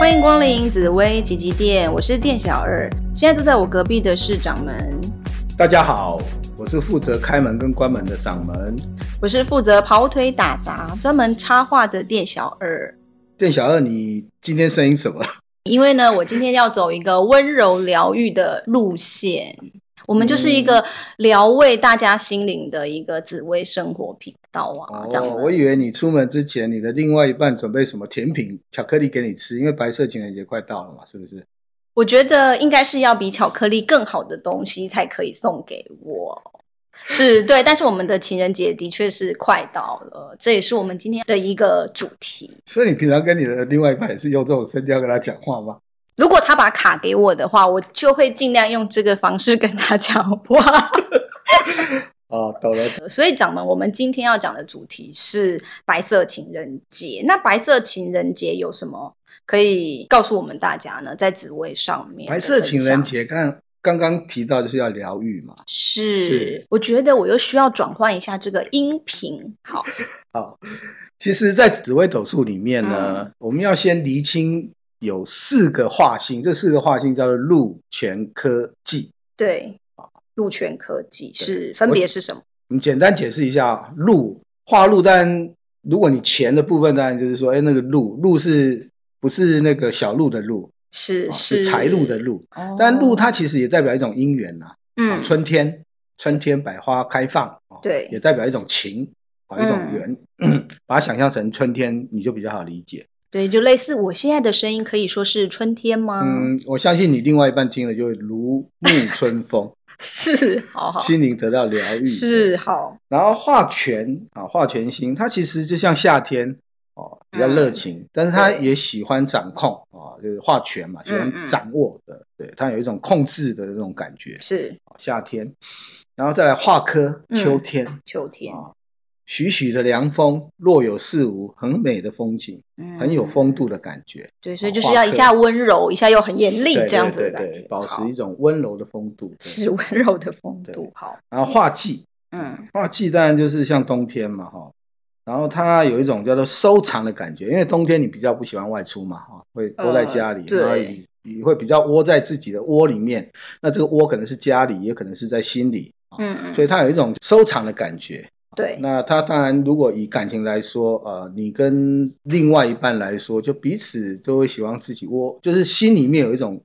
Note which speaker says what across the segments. Speaker 1: 欢迎光临紫薇吉吉店，我是店小二。现在坐在我隔壁的是掌门，
Speaker 2: 大家好，我是负责开门跟关门的掌门。
Speaker 1: 我是负责跑腿打杂、专门插画的店小二。
Speaker 2: 店小二，你今天声音什么？
Speaker 1: 因为呢，我今天要走一个温柔疗愈的路线，我们就是一个疗慰大家心灵的一个紫薇生活频道
Speaker 2: 哦
Speaker 1: 啊。掌门，
Speaker 2: 我以为你出门之前，你的另外一半准备什么甜品、巧克力给你吃，因为白色情人节快到了嘛，是不是？
Speaker 1: 我觉得应该是要比巧克力更好的东西才可以送给我。是对，但是我们的情人节的确是快到了，这也是我们今天的一个主题。
Speaker 2: 所以你平常跟你的另外一半也是用这种声调跟他讲话吗？
Speaker 1: 如果他把卡给我的话，我就会尽量用这个方式跟他 讲话。
Speaker 2: 哦，懂了。
Speaker 1: 所以，掌门，我们今天要讲的主题是白色情人节。那白色情人节有什么可以告诉我们大家呢？在紫薇上面，
Speaker 2: 白色情人节刚刚刚提到就是要疗愈嘛。
Speaker 1: 是，
Speaker 2: 是
Speaker 1: 我觉得我又需要转换一下这个音频。好，
Speaker 2: 好，其实，在紫微斗数里面呢，
Speaker 1: 嗯
Speaker 2: 我们要先厘清有四个化星，这四个化星叫做禄、权、科、忌。
Speaker 1: 对，鹿泉科技是分别是什么？
Speaker 2: 我们简单解释一下，禄化禄，当然，如果你钱的部分，当然就是说，哎，那个禄，禄是不是那个小禄的禄，
Speaker 1: 是
Speaker 2: 哦是财路的，禄？
Speaker 1: 哦
Speaker 2: 但禄它其实也代表一种姻缘呐、啊
Speaker 1: 嗯，
Speaker 2: 春天，春天百花开放，哦
Speaker 1: 对
Speaker 2: 也代表一种情，啊，一种
Speaker 1: 嗯
Speaker 2: 缘， 把它想象成春天，你就比较好理解。
Speaker 1: 对，就类似我现在的声音，可以说是春天吗？
Speaker 2: 嗯，我相信你另外一半听了就会如沐春风，
Speaker 1: 是， 好好，
Speaker 2: 心灵得到疗愈。
Speaker 1: 是好，
Speaker 2: 然后化权啊，化权星，它其实就像夏天哦，比较热情，但是它
Speaker 1: 嗯对
Speaker 2: 也喜欢掌控啊，就是化权嘛，喜
Speaker 1: 嗯
Speaker 2: 欢掌握的，对，它有一种控制的那种感觉。
Speaker 1: 是
Speaker 2: 哦夏天，然后再来化科，
Speaker 1: 嗯
Speaker 2: 秋天啊、
Speaker 1: 秋天，
Speaker 2: 徐徐的凉风，若有似无，很美的风景，
Speaker 1: 嗯
Speaker 2: 很有风度的感觉。
Speaker 1: 对，所以
Speaker 2: 哦
Speaker 1: 就是
Speaker 2: 化
Speaker 1: 要一
Speaker 2: 科
Speaker 1: 下温柔，一下又很严厉
Speaker 2: 对
Speaker 1: 这样子
Speaker 2: 对
Speaker 1: 的感
Speaker 2: 对
Speaker 1: 觉
Speaker 2: 对，，保持
Speaker 1: 好
Speaker 2: 一种温柔的风度。对
Speaker 1: 是温柔的风
Speaker 2: 对
Speaker 1: 度，好，
Speaker 2: 然后化忌，
Speaker 1: 嗯，
Speaker 2: 化啊忌当然就是像冬天嘛，哈。然后它有一种叫做收藏的感觉，因为冬天你比较不喜欢外出嘛，哈，会窝在家里，
Speaker 1: 呃对
Speaker 2: 然后你你会比较窝在自己的窝里面。那这个窝可能是家里，也可能是在心里，啊
Speaker 1: 嗯嗯
Speaker 2: 所以它有一种收藏的感觉。
Speaker 1: 对，
Speaker 2: 那它当然，如果以感情来说，呃，你跟另外一半来说，就彼此都会喜欢自己窝，就是心里面有一种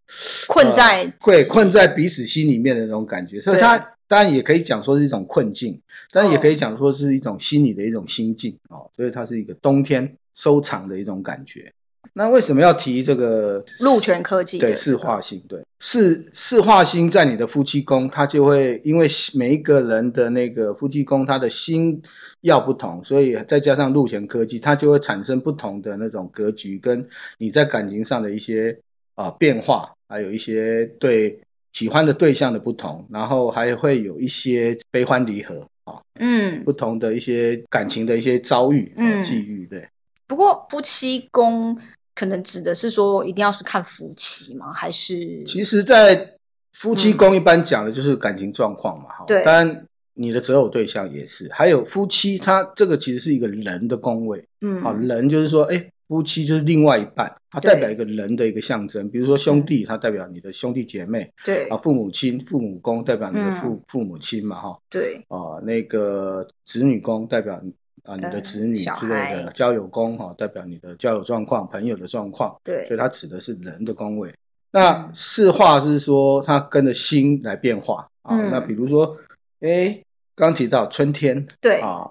Speaker 1: 困在
Speaker 2: 呃会困在彼此心里面的那种感觉，所以
Speaker 1: 对
Speaker 2: 它当然也可以讲说是一种困境，但也
Speaker 1: 哦
Speaker 2: 可以讲说是一种心理的一种心境哦，所以它是一个冬天收藏的一种感觉。那为什么要提这个
Speaker 1: 鹿泉科技
Speaker 2: 对
Speaker 1: 的
Speaker 2: 四
Speaker 1: 这个
Speaker 2: 化星，对四四化星在你的夫妻宫，它就会因为每一个人的那个夫妻宫，它的星曜不同，所以再加上禄权科技，它就会产生不同的那种格局，跟你在感情上的一些啊、变化，还有一些对喜欢的对象的不同，然后还会有一些悲欢离合啊、
Speaker 1: 嗯，
Speaker 2: 不同的一些感情的一些遭遇、啊
Speaker 1: 嗯
Speaker 2: 际遇，对。
Speaker 1: 不过夫妻宫可能指的是说一定要是看夫妻吗？还是
Speaker 2: 其实，在夫妻宫一般讲的就是感情状况嘛，哈、
Speaker 1: 嗯对
Speaker 2: 当然，你的择偶对象也是，还有夫妻，它这个其实是一个人的宫位，
Speaker 1: 嗯
Speaker 2: 啊、人就是说，哎，夫妻就是另外一半，它代
Speaker 1: 对
Speaker 2: 表一个人的一个象征，比如说兄弟，它代表你的兄弟姐妹，
Speaker 1: 对
Speaker 2: 啊，父母亲、父母宫代表你的父、
Speaker 1: 嗯
Speaker 2: 父母亲嘛，哈，
Speaker 1: 对
Speaker 2: 啊，那个子女宫代表你啊你的
Speaker 1: 嗯
Speaker 2: 子女
Speaker 1: 小
Speaker 2: 之类的，
Speaker 1: 孩
Speaker 2: 交友宫哈、代表你的交友状况、朋友的状况。所
Speaker 1: 对嗯
Speaker 2: 以它指的是人的宫位。那四化是说它跟着心来变化啊。
Speaker 1: 嗯
Speaker 2: 那比如说，哎，刚提到春天
Speaker 1: 对，
Speaker 2: 啊，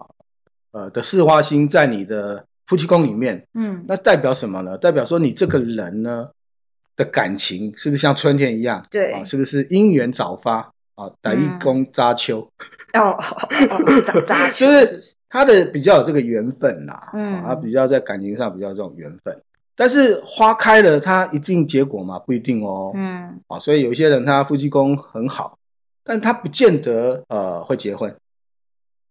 Speaker 2: 呃的四化星在你的夫妻宫里面，
Speaker 1: 嗯，
Speaker 2: 那代表什么呢？代表说你这个人呢的感情是不是像春天一样？
Speaker 1: 对
Speaker 2: 啊，是不是姻缘早发啊？打一
Speaker 1: 嗯
Speaker 2: 宫扎秋，
Speaker 1: 哦， 扎扎
Speaker 2: 就
Speaker 1: 球
Speaker 2: 是
Speaker 1: 是
Speaker 2: 他的比较有这个缘分啦，
Speaker 1: 嗯
Speaker 2: 啊，他比较在感情上比较有这种缘分。但是花开了，它一定结果嘛？不一定哦。
Speaker 1: 嗯
Speaker 2: 啊，所以有些人他夫妻宫很好，但他不见得呃会结婚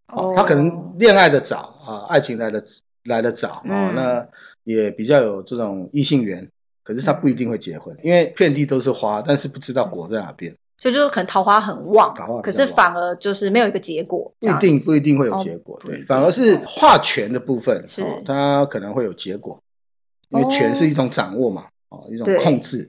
Speaker 2: 啊，
Speaker 1: 哦
Speaker 2: 他可能恋爱的早啊，爱情来的来的早啊，
Speaker 1: 嗯
Speaker 2: 那也比较有这种异性缘，可是他不一定会结婚，因为遍地都是花，但是不知道果在哪边，
Speaker 1: 所以就是可能桃花很旺
Speaker 2: 桃花，很
Speaker 1: 可是
Speaker 2: 旺
Speaker 1: 反而就是没有一个结果，
Speaker 2: 不一定不一定会有结果，
Speaker 1: 哦不一
Speaker 2: 对，
Speaker 1: 定
Speaker 2: 反而是化权的部分
Speaker 1: 是
Speaker 2: 哦，他可能会有结果，因为权
Speaker 1: 哦
Speaker 2: 是一种掌握嘛，哦，一种
Speaker 1: 对
Speaker 2: 控制。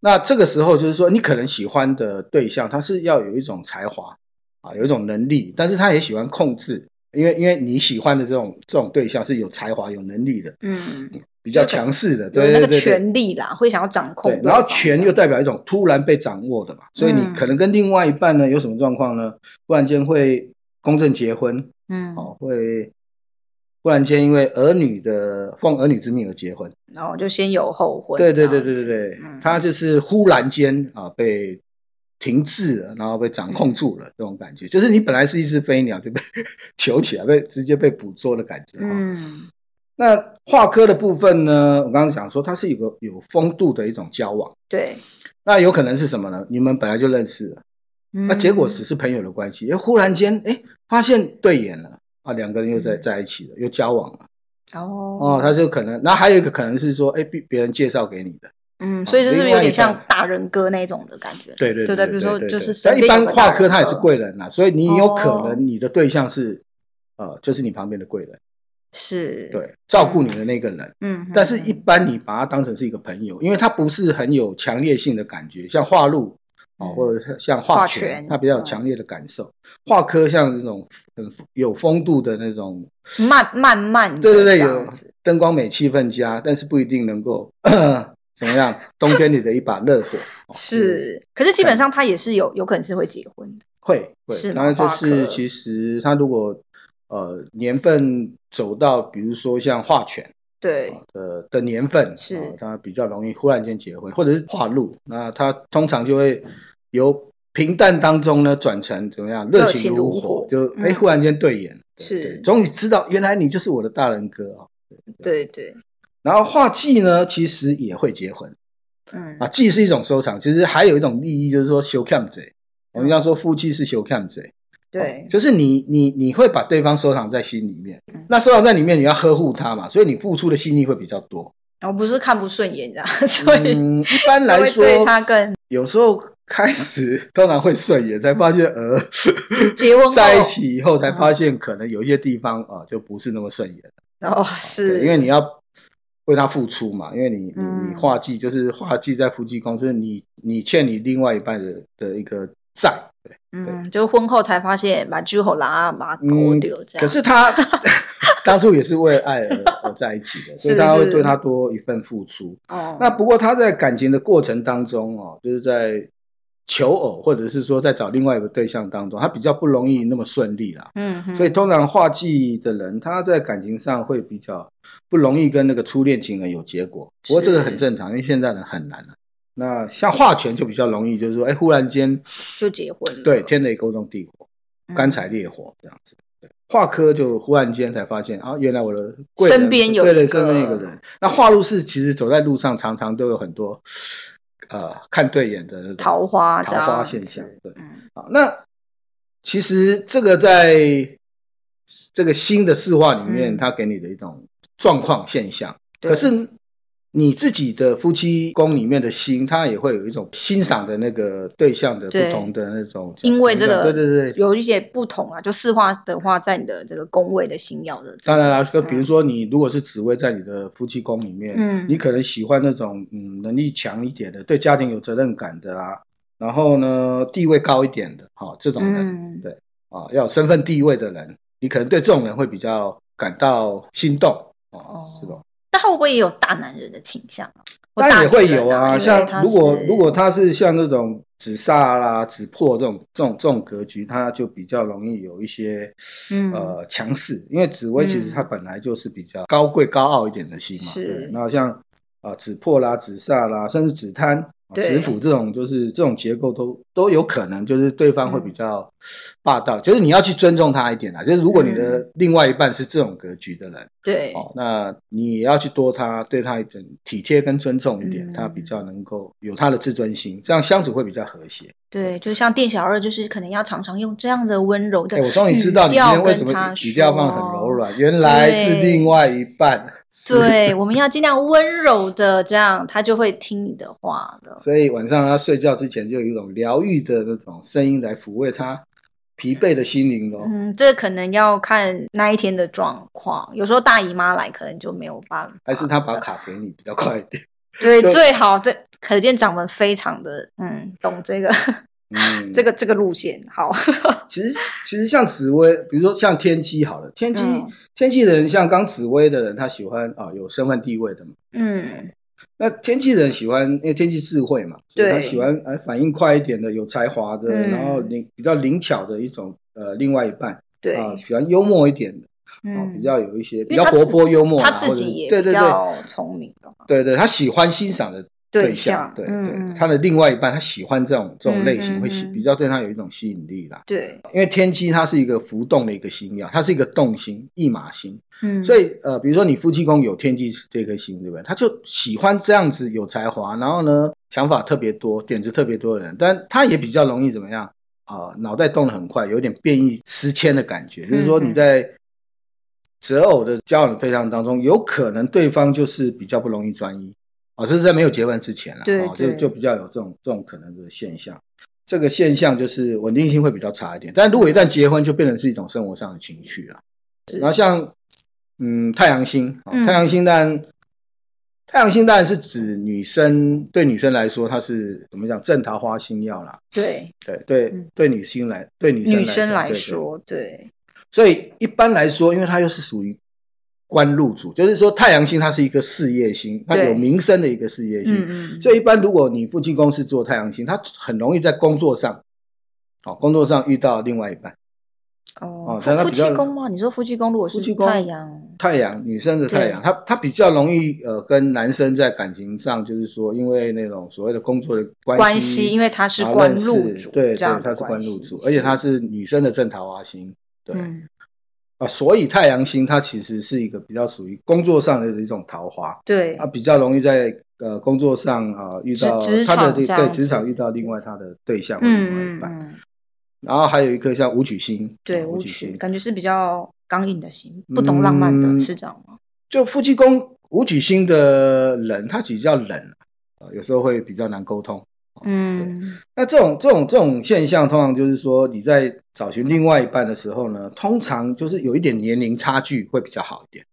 Speaker 2: 那这个时候就是说，你可能喜欢的对象，他是要有一种才华啊，有一种能力，但是他也喜欢控制，因为因为你喜欢的这种这种对象是有才华、有能力的，
Speaker 1: 嗯，
Speaker 2: 比较强势的，
Speaker 1: 有
Speaker 2: 对
Speaker 1: 那
Speaker 2: 对
Speaker 1: 个
Speaker 2: 对对。
Speaker 1: 权力啦，会想要掌控
Speaker 2: 对
Speaker 1: 对，方。嗯
Speaker 2: 然后权又代表一种突然被掌握的嘛，所以你可能跟另外一半呢有什么状况呢？忽然间会公证结婚，
Speaker 1: 嗯，
Speaker 2: 哦，会忽然间因为儿女的奉儿女之命而结婚，
Speaker 1: 然后就先有后婚。
Speaker 2: 对对对
Speaker 1: 这
Speaker 2: 对
Speaker 1: 样
Speaker 2: 对
Speaker 1: 子
Speaker 2: 对
Speaker 1: 嗯，
Speaker 2: 他就是忽然间啊被停滞了，然后被掌控住了这种感觉，就是你本来是一只飞鸟，就被 囚起来，被直接被捕捉的感觉。哦
Speaker 1: 嗯
Speaker 2: 那画科的部分呢，我刚刚讲说它是有个有风度的一种交往。
Speaker 1: 对，
Speaker 2: 那有可能是什么呢？你们本来就认识了，那、
Speaker 1: 那
Speaker 2: 结果只是朋友的关系，哎，忽然间哎发现对眼了啊，两个人又
Speaker 1: 嗯
Speaker 2: 在在一起了，又交往了
Speaker 1: 哦
Speaker 2: 哦，他就可能，那还有一个可能是说，哎，别别人介绍给你的，
Speaker 1: 嗯，所以就是
Speaker 2: 啊另
Speaker 1: 有
Speaker 2: 外一
Speaker 1: 点像
Speaker 2: 半
Speaker 1: 大人哥那种的感觉。
Speaker 2: 对对
Speaker 1: 对
Speaker 2: 对
Speaker 1: 比如说
Speaker 2: 对
Speaker 1: 就
Speaker 2: 对
Speaker 1: 是
Speaker 2: 但
Speaker 1: 身
Speaker 2: 一
Speaker 1: 边有
Speaker 2: 般
Speaker 1: 个
Speaker 2: 画
Speaker 1: 大
Speaker 2: 科
Speaker 1: 人
Speaker 2: 他也是
Speaker 1: 哥
Speaker 2: 贵人啦，所以你有可
Speaker 1: 哦
Speaker 2: 能你的对象是，呃，就是你旁边的贵人，
Speaker 1: 是，，
Speaker 2: 对，照顾你的那个人。
Speaker 1: 嗯，
Speaker 2: 但是，一
Speaker 1: 嗯
Speaker 2: 般你把它当成是一个朋友，因为他不是很有强烈性的感觉，像画路啊、哦
Speaker 1: 嗯
Speaker 2: 或者是像画
Speaker 1: 画
Speaker 2: 拳
Speaker 1: 拳，
Speaker 2: 它比较有
Speaker 1: 嗯
Speaker 2: 强烈的感受。画科像那种很有风度的那种，
Speaker 1: 嗯慢慢慢的
Speaker 2: 对对对，
Speaker 1: 这
Speaker 2: 有
Speaker 1: 样子
Speaker 2: 灯光美、气氛佳，但是不一定能够 怎么样，冬天里的一把热火哦
Speaker 1: 是，可是基本上他也是有有可能是会结婚的。
Speaker 2: 会会，
Speaker 1: 是
Speaker 2: 当然就
Speaker 1: 吗画科
Speaker 2: 是其实他如果呃年份走到，比如说像画拳。
Speaker 1: 对，
Speaker 2: 呃的年份
Speaker 1: 是
Speaker 2: 啊他比较容易忽然间结婚，或者是化入，那他通常就会由平淡当中呢转成怎么样热
Speaker 1: 热
Speaker 2: 情
Speaker 1: 情
Speaker 2: 如
Speaker 1: 如
Speaker 2: 火
Speaker 1: 火，
Speaker 2: 就哎、
Speaker 1: 嗯
Speaker 2: 忽然间对眼，对
Speaker 1: 是
Speaker 2: 对终于知道原来你就是我的大人哥啊、哦。
Speaker 1: 对对，
Speaker 2: 然后画技呢，其实也会结婚
Speaker 1: 嗯
Speaker 2: 啊，技是一种收藏，其实还有一种利益就是说修 cam 贼，我们要说夫妻是修 cam 贼，
Speaker 1: 对，
Speaker 2: 哦就是你你你会把对方收藏在心里面
Speaker 1: 嗯，
Speaker 2: 那收藏在里面你要呵护他嘛，所以你付出的心力会比较多。
Speaker 1: 然后不是看不顺眼这样， 所以
Speaker 2: 嗯，一般
Speaker 1: 就
Speaker 2: 来
Speaker 1: 会
Speaker 2: 说，
Speaker 1: 对他更
Speaker 2: 有时候开始通常会顺眼，才发现呃，
Speaker 1: 结婚后
Speaker 2: 在一起以后才发现可能有一些地方啊、呃就不是那么顺眼，
Speaker 1: 哦
Speaker 2: 对
Speaker 1: 是，
Speaker 2: 因为你要为他付出嘛，因为你你你
Speaker 1: 嗯
Speaker 2: 画技就是画技在夫妻宫，就是你你欠你另外一半的的一个债，
Speaker 1: 嗯，就婚后才发现把居后拉把狗丢这样，
Speaker 2: 嗯可 是他当初也是为爱而而在一起的，所以
Speaker 1: 是
Speaker 2: 他会
Speaker 1: 是
Speaker 2: 对他多一份付出。
Speaker 1: 哦，
Speaker 2: 那不过他在感情的过程当中哦，就是在求偶或者是说在找另外一个对象当中，他比较不容易那么顺利啦。
Speaker 1: 嗯哼，
Speaker 2: 所以通常画技的人，他在感情上会比较不容易跟那个初恋情人有结果。不过这个很正常，因为现在人很难了、那像画拳就比较容易，就是说，哎，忽然间
Speaker 1: 就结婚了，
Speaker 2: 对天雷勾动地火，
Speaker 1: 嗯
Speaker 2: 干柴烈火这样子。画科就忽然间才发现啊，原来我的贵人
Speaker 1: 身边有
Speaker 2: 对对
Speaker 1: 一个
Speaker 2: 身边有一个人。那画路是其实走在路上常常都有很多呃看对眼的那种
Speaker 1: 桃花这
Speaker 2: 桃
Speaker 1: 样
Speaker 2: 花
Speaker 1: 子
Speaker 2: 现象。对，
Speaker 1: 嗯
Speaker 2: 好，那其实这个在这个新的四化里面，
Speaker 1: 嗯
Speaker 2: 它给你的一种状况现象。
Speaker 1: 对
Speaker 2: 可是你自己的夫妻宫里面的心，它也会有一种欣赏的那个对象的不
Speaker 1: 对
Speaker 2: 同的那种角度，
Speaker 1: 因为这个
Speaker 2: 对对对。
Speaker 1: 有一些不同啊，就四化的话，在你的这个宫位的星耀的这
Speaker 2: 当
Speaker 1: 个，
Speaker 2: 然啦，就比如说你如果是紫薇在你的夫妻宫里面，
Speaker 1: 嗯
Speaker 2: 你可能喜欢那种嗯能力强一点的，对家庭有责任感的啊，然后呢地位高一点的，好、这种人，
Speaker 1: 嗯
Speaker 2: 对啊，要有身份地位的人，你可能对这种人会比较感到心动哦
Speaker 1: 哦，
Speaker 2: 是吧？
Speaker 1: 但会不会也有大男人的倾向啊？或
Speaker 2: 当
Speaker 1: 大
Speaker 2: 然也
Speaker 1: 女
Speaker 2: 会
Speaker 1: 人
Speaker 2: 有
Speaker 1: 啊，因
Speaker 2: 啊，
Speaker 1: 为
Speaker 2: 像
Speaker 1: 他
Speaker 2: 如果
Speaker 1: 是
Speaker 2: 如果他是像那种紫煞啦、紫破这种这种这种格局，他就比较容易有一些、
Speaker 1: 嗯
Speaker 2: 呃强势，因为紫薇其实
Speaker 1: 嗯
Speaker 2: 它本来就是比较高贵高傲一点的星嘛，
Speaker 1: 是
Speaker 2: 对。那像啊、呃紫破啦、紫煞啦，甚至紫贪、啊
Speaker 1: 对
Speaker 2: 紫府这种，就是这种结构都都有可能，就是对方会
Speaker 1: 嗯
Speaker 2: 比较霸道，就是你要去尊重他一点啦。就是如果你的
Speaker 1: 嗯
Speaker 2: 另外一半是这种格局的人。
Speaker 1: 对
Speaker 2: 哦，那你也要去多他对他一点体贴跟尊重一点，
Speaker 1: 嗯
Speaker 2: 他比较能够有他的自尊心，这样相处会比较和谐。
Speaker 1: 对，就像店小二，就是可能要常常用这样的温柔的
Speaker 2: 哎，我终于知道你
Speaker 1: 语
Speaker 2: 今
Speaker 1: 调
Speaker 2: 天为
Speaker 1: 跟
Speaker 2: 什么
Speaker 1: 他
Speaker 2: 语语调放得很柔软，原来是
Speaker 1: 对
Speaker 2: 另外一半。
Speaker 1: 说。对，我们要尽量温柔的，这样他就会听你的话了。
Speaker 2: 所以晚上他睡觉之前就有一种疗愈的那种声音来抚慰他疲惫的心灵咯。
Speaker 1: 嗯，这可能要看那一天的状况，有时候大姨妈来可能就没有办法，
Speaker 2: 还是他把卡给你比较快一点？
Speaker 1: 对，
Speaker 2: 就
Speaker 1: 最好对，可见掌门非常的嗯懂这个
Speaker 2: 嗯，
Speaker 1: 这个这个路线。好，
Speaker 2: 其实其实像紫薇，比如说像天机好了，天机、
Speaker 1: 嗯
Speaker 2: 天机人像刚紫薇的人，他喜欢啊、有身份地位的嘛。
Speaker 1: 嗯
Speaker 2: 那天气人喜欢，因为天气智慧嘛，所以
Speaker 1: 对
Speaker 2: 他喜欢哎反应快一点的、有才华的，
Speaker 1: 嗯
Speaker 2: 然后灵比较灵巧的一种呃另外一半
Speaker 1: 对，
Speaker 2: 啊、喜欢幽默一点的啊、
Speaker 1: 嗯
Speaker 2: 比较有一些比
Speaker 1: 因为他
Speaker 2: 较活
Speaker 1: 自
Speaker 2: 泼幽默
Speaker 1: 他
Speaker 2: 啦
Speaker 1: 自
Speaker 2: 或者
Speaker 1: 己也
Speaker 2: 对
Speaker 1: 比
Speaker 2: 对对
Speaker 1: 较聪明的嘛
Speaker 2: 对对，他喜欢欣赏的对
Speaker 1: 象，
Speaker 2: 对
Speaker 1: 嗯
Speaker 2: 对，他的另外一半他喜欢这种这种类
Speaker 1: 嗯
Speaker 2: 型，
Speaker 1: 嗯
Speaker 2: 会喜
Speaker 1: 嗯
Speaker 2: 比较对他有一种吸引力啦。
Speaker 1: 对，
Speaker 2: 因为天机它是一个浮动的一个星曜，它是一个动星一马星，
Speaker 1: 嗯，
Speaker 2: 所
Speaker 1: 以
Speaker 2: 以呃，比如说你夫妻宫有天机这颗星，对不对？他就喜欢这样子有才华，然后呢想法特别多、点子特别多的人，但他也比较容易怎么样啊、脑袋动得很快，有点变异思迁的感觉，就是说
Speaker 1: 嗯嗯
Speaker 2: 你在择偶的交往的对象当中，有可能对方就是比较不容易专一啊，这是在没有结婚之前了
Speaker 1: 对
Speaker 2: 啊，就
Speaker 1: 对
Speaker 2: 就比较有这种这种可能的现象。这个现象就是稳定性会比较差一点，但如果一旦结婚，就变成是一种生活上的情趣了。
Speaker 1: 是
Speaker 2: 然后像嗯太阳星，哦
Speaker 1: 嗯
Speaker 2: 太阳星当然，太阳星当然是指女生对女生来说，它是怎么讲正桃花星耀啦，
Speaker 1: 对
Speaker 2: 对对、
Speaker 1: 嗯
Speaker 2: 对女性来对女生
Speaker 1: 女生
Speaker 2: 来
Speaker 1: 来
Speaker 2: 对
Speaker 1: 说，对，
Speaker 2: 所以一般来说，因为它又是属于官禄主，就是说太阳星它是一个事业星，它
Speaker 1: 对
Speaker 2: 有名声的一个事业星，
Speaker 1: 嗯嗯，
Speaker 2: 所以一般如果你夫妻宫是做太阳星，他很容易在工作上，哦，工作上遇到另外一半，
Speaker 1: 哦
Speaker 2: 哦，但他
Speaker 1: 夫
Speaker 2: 比较
Speaker 1: 妻宫吗？你说夫妻宫如果是
Speaker 2: 夫妻宫
Speaker 1: 太阳，
Speaker 2: 太阳女生的太阳，她她比较容易呃跟男生在感情上，就是说因为那种所谓的工作的关
Speaker 1: 关
Speaker 2: 系，
Speaker 1: 系因为他是
Speaker 2: 然后
Speaker 1: 官
Speaker 2: 认识
Speaker 1: 禄主
Speaker 2: 对对，
Speaker 1: 这样的
Speaker 2: 他是官
Speaker 1: 关
Speaker 2: 禄
Speaker 1: 系
Speaker 2: 主，而且
Speaker 1: 是
Speaker 2: 他是女生的正桃花星，对、
Speaker 1: 嗯，
Speaker 2: 啊，所以太阳星它其实是一个比较属于工作上的一种桃花，
Speaker 1: 对
Speaker 2: 啊，，比较容易在呃工作上啊、遇
Speaker 1: 职
Speaker 2: 到
Speaker 1: 职
Speaker 2: 他的
Speaker 1: 场
Speaker 2: 对
Speaker 1: 这样
Speaker 2: 对职
Speaker 1: 子
Speaker 2: 场遇到另外他的对象或另外
Speaker 1: 嗯
Speaker 2: 一
Speaker 1: 嗯
Speaker 2: 半。
Speaker 1: 嗯，
Speaker 2: 然后还有一颗像武曲星，
Speaker 1: 对，
Speaker 2: 啊
Speaker 1: 舞
Speaker 2: 武曲
Speaker 1: 曲
Speaker 2: 星，
Speaker 1: 感觉是比较刚硬的心，不懂浪漫的，
Speaker 2: 嗯
Speaker 1: 是这样吗？
Speaker 2: 就夫妻宫武曲星的人，他比较冷，啊，有时候会比较难沟通。
Speaker 1: 嗯，
Speaker 2: 那这种这种这种现象，通常就是说你在找寻另外一半的时候呢，通常就是有一点年龄差距会比较好一点。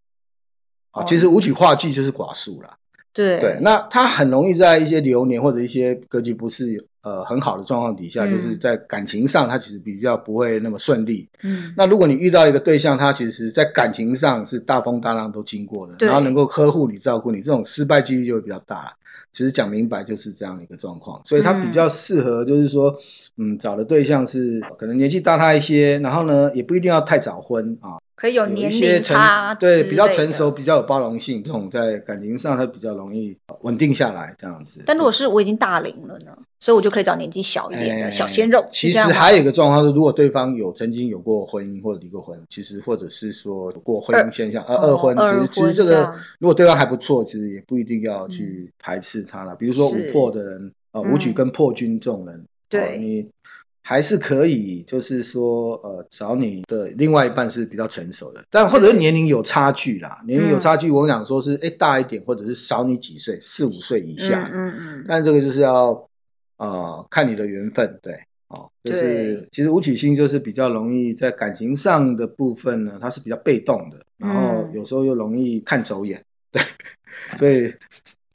Speaker 2: 啊，
Speaker 1: 哦
Speaker 2: 其实武曲化忌就是寡数啦，
Speaker 1: 对
Speaker 2: 对，那他很容易在一些流年或者一些格局不是呃很好的状况底下，
Speaker 1: 嗯
Speaker 2: 就是在感情上他其实比较不会那么顺利。
Speaker 1: 嗯，
Speaker 2: 那如果你遇到一个对象，他其实在感情上是大风大浪都经过的，
Speaker 1: 对
Speaker 2: 然后能够呵护你、照顾你，这种失败几率就会比较大。其实讲明白就是这样的一个状况，所以他
Speaker 1: 嗯
Speaker 2: 比较适合，就是说，嗯找的对象是可能年纪大他一些，然后呢，也不一定要太早婚啊，
Speaker 1: 可以有
Speaker 2: 有一
Speaker 1: 年
Speaker 2: 些
Speaker 1: 龄
Speaker 2: 成
Speaker 1: 差，
Speaker 2: 对比较成熟、。比较有包容性，这种在感情上他比较容易稳定下来这样子。
Speaker 1: 但如果是我已经大龄了呢，所以我就可以找年纪小一点的
Speaker 2: 哎
Speaker 1: 小鲜肉。
Speaker 2: 其
Speaker 1: 是这
Speaker 2: 实
Speaker 1: 样吗
Speaker 2: 还有一个状况是，如果对方有曾经有过婚姻或者离过婚，其实或者是说有过婚姻现象，呃，
Speaker 1: 哦
Speaker 2: 二婚，
Speaker 1: 二
Speaker 2: 其实其实
Speaker 1: 婚
Speaker 2: 这
Speaker 1: 这
Speaker 2: 个
Speaker 1: 样嗯
Speaker 2: 如果对方还不错，其实也不一定要去排斥他了。比如说
Speaker 1: 是
Speaker 2: 五破的人，呃，武举
Speaker 1: 嗯
Speaker 2: 跟破军这种人，
Speaker 1: 对
Speaker 2: 哦你还是可以，就是说，呃，找你的另外一半是比较成熟的，但或者是
Speaker 1: 对
Speaker 2: 年龄有差距啦，年龄有
Speaker 1: 嗯
Speaker 2: 差距，我想说是，哎，大一点，或者是少你几岁，四五岁以下，
Speaker 1: 嗯嗯嗯，
Speaker 2: 但这个就是要呃看你的缘分，对，哦，就是
Speaker 1: 对
Speaker 2: 其实武曲星就是比较容易在感情上的部分呢，它是比较被动的，然后
Speaker 1: 嗯
Speaker 2: 有时候又容易看走眼，对，所以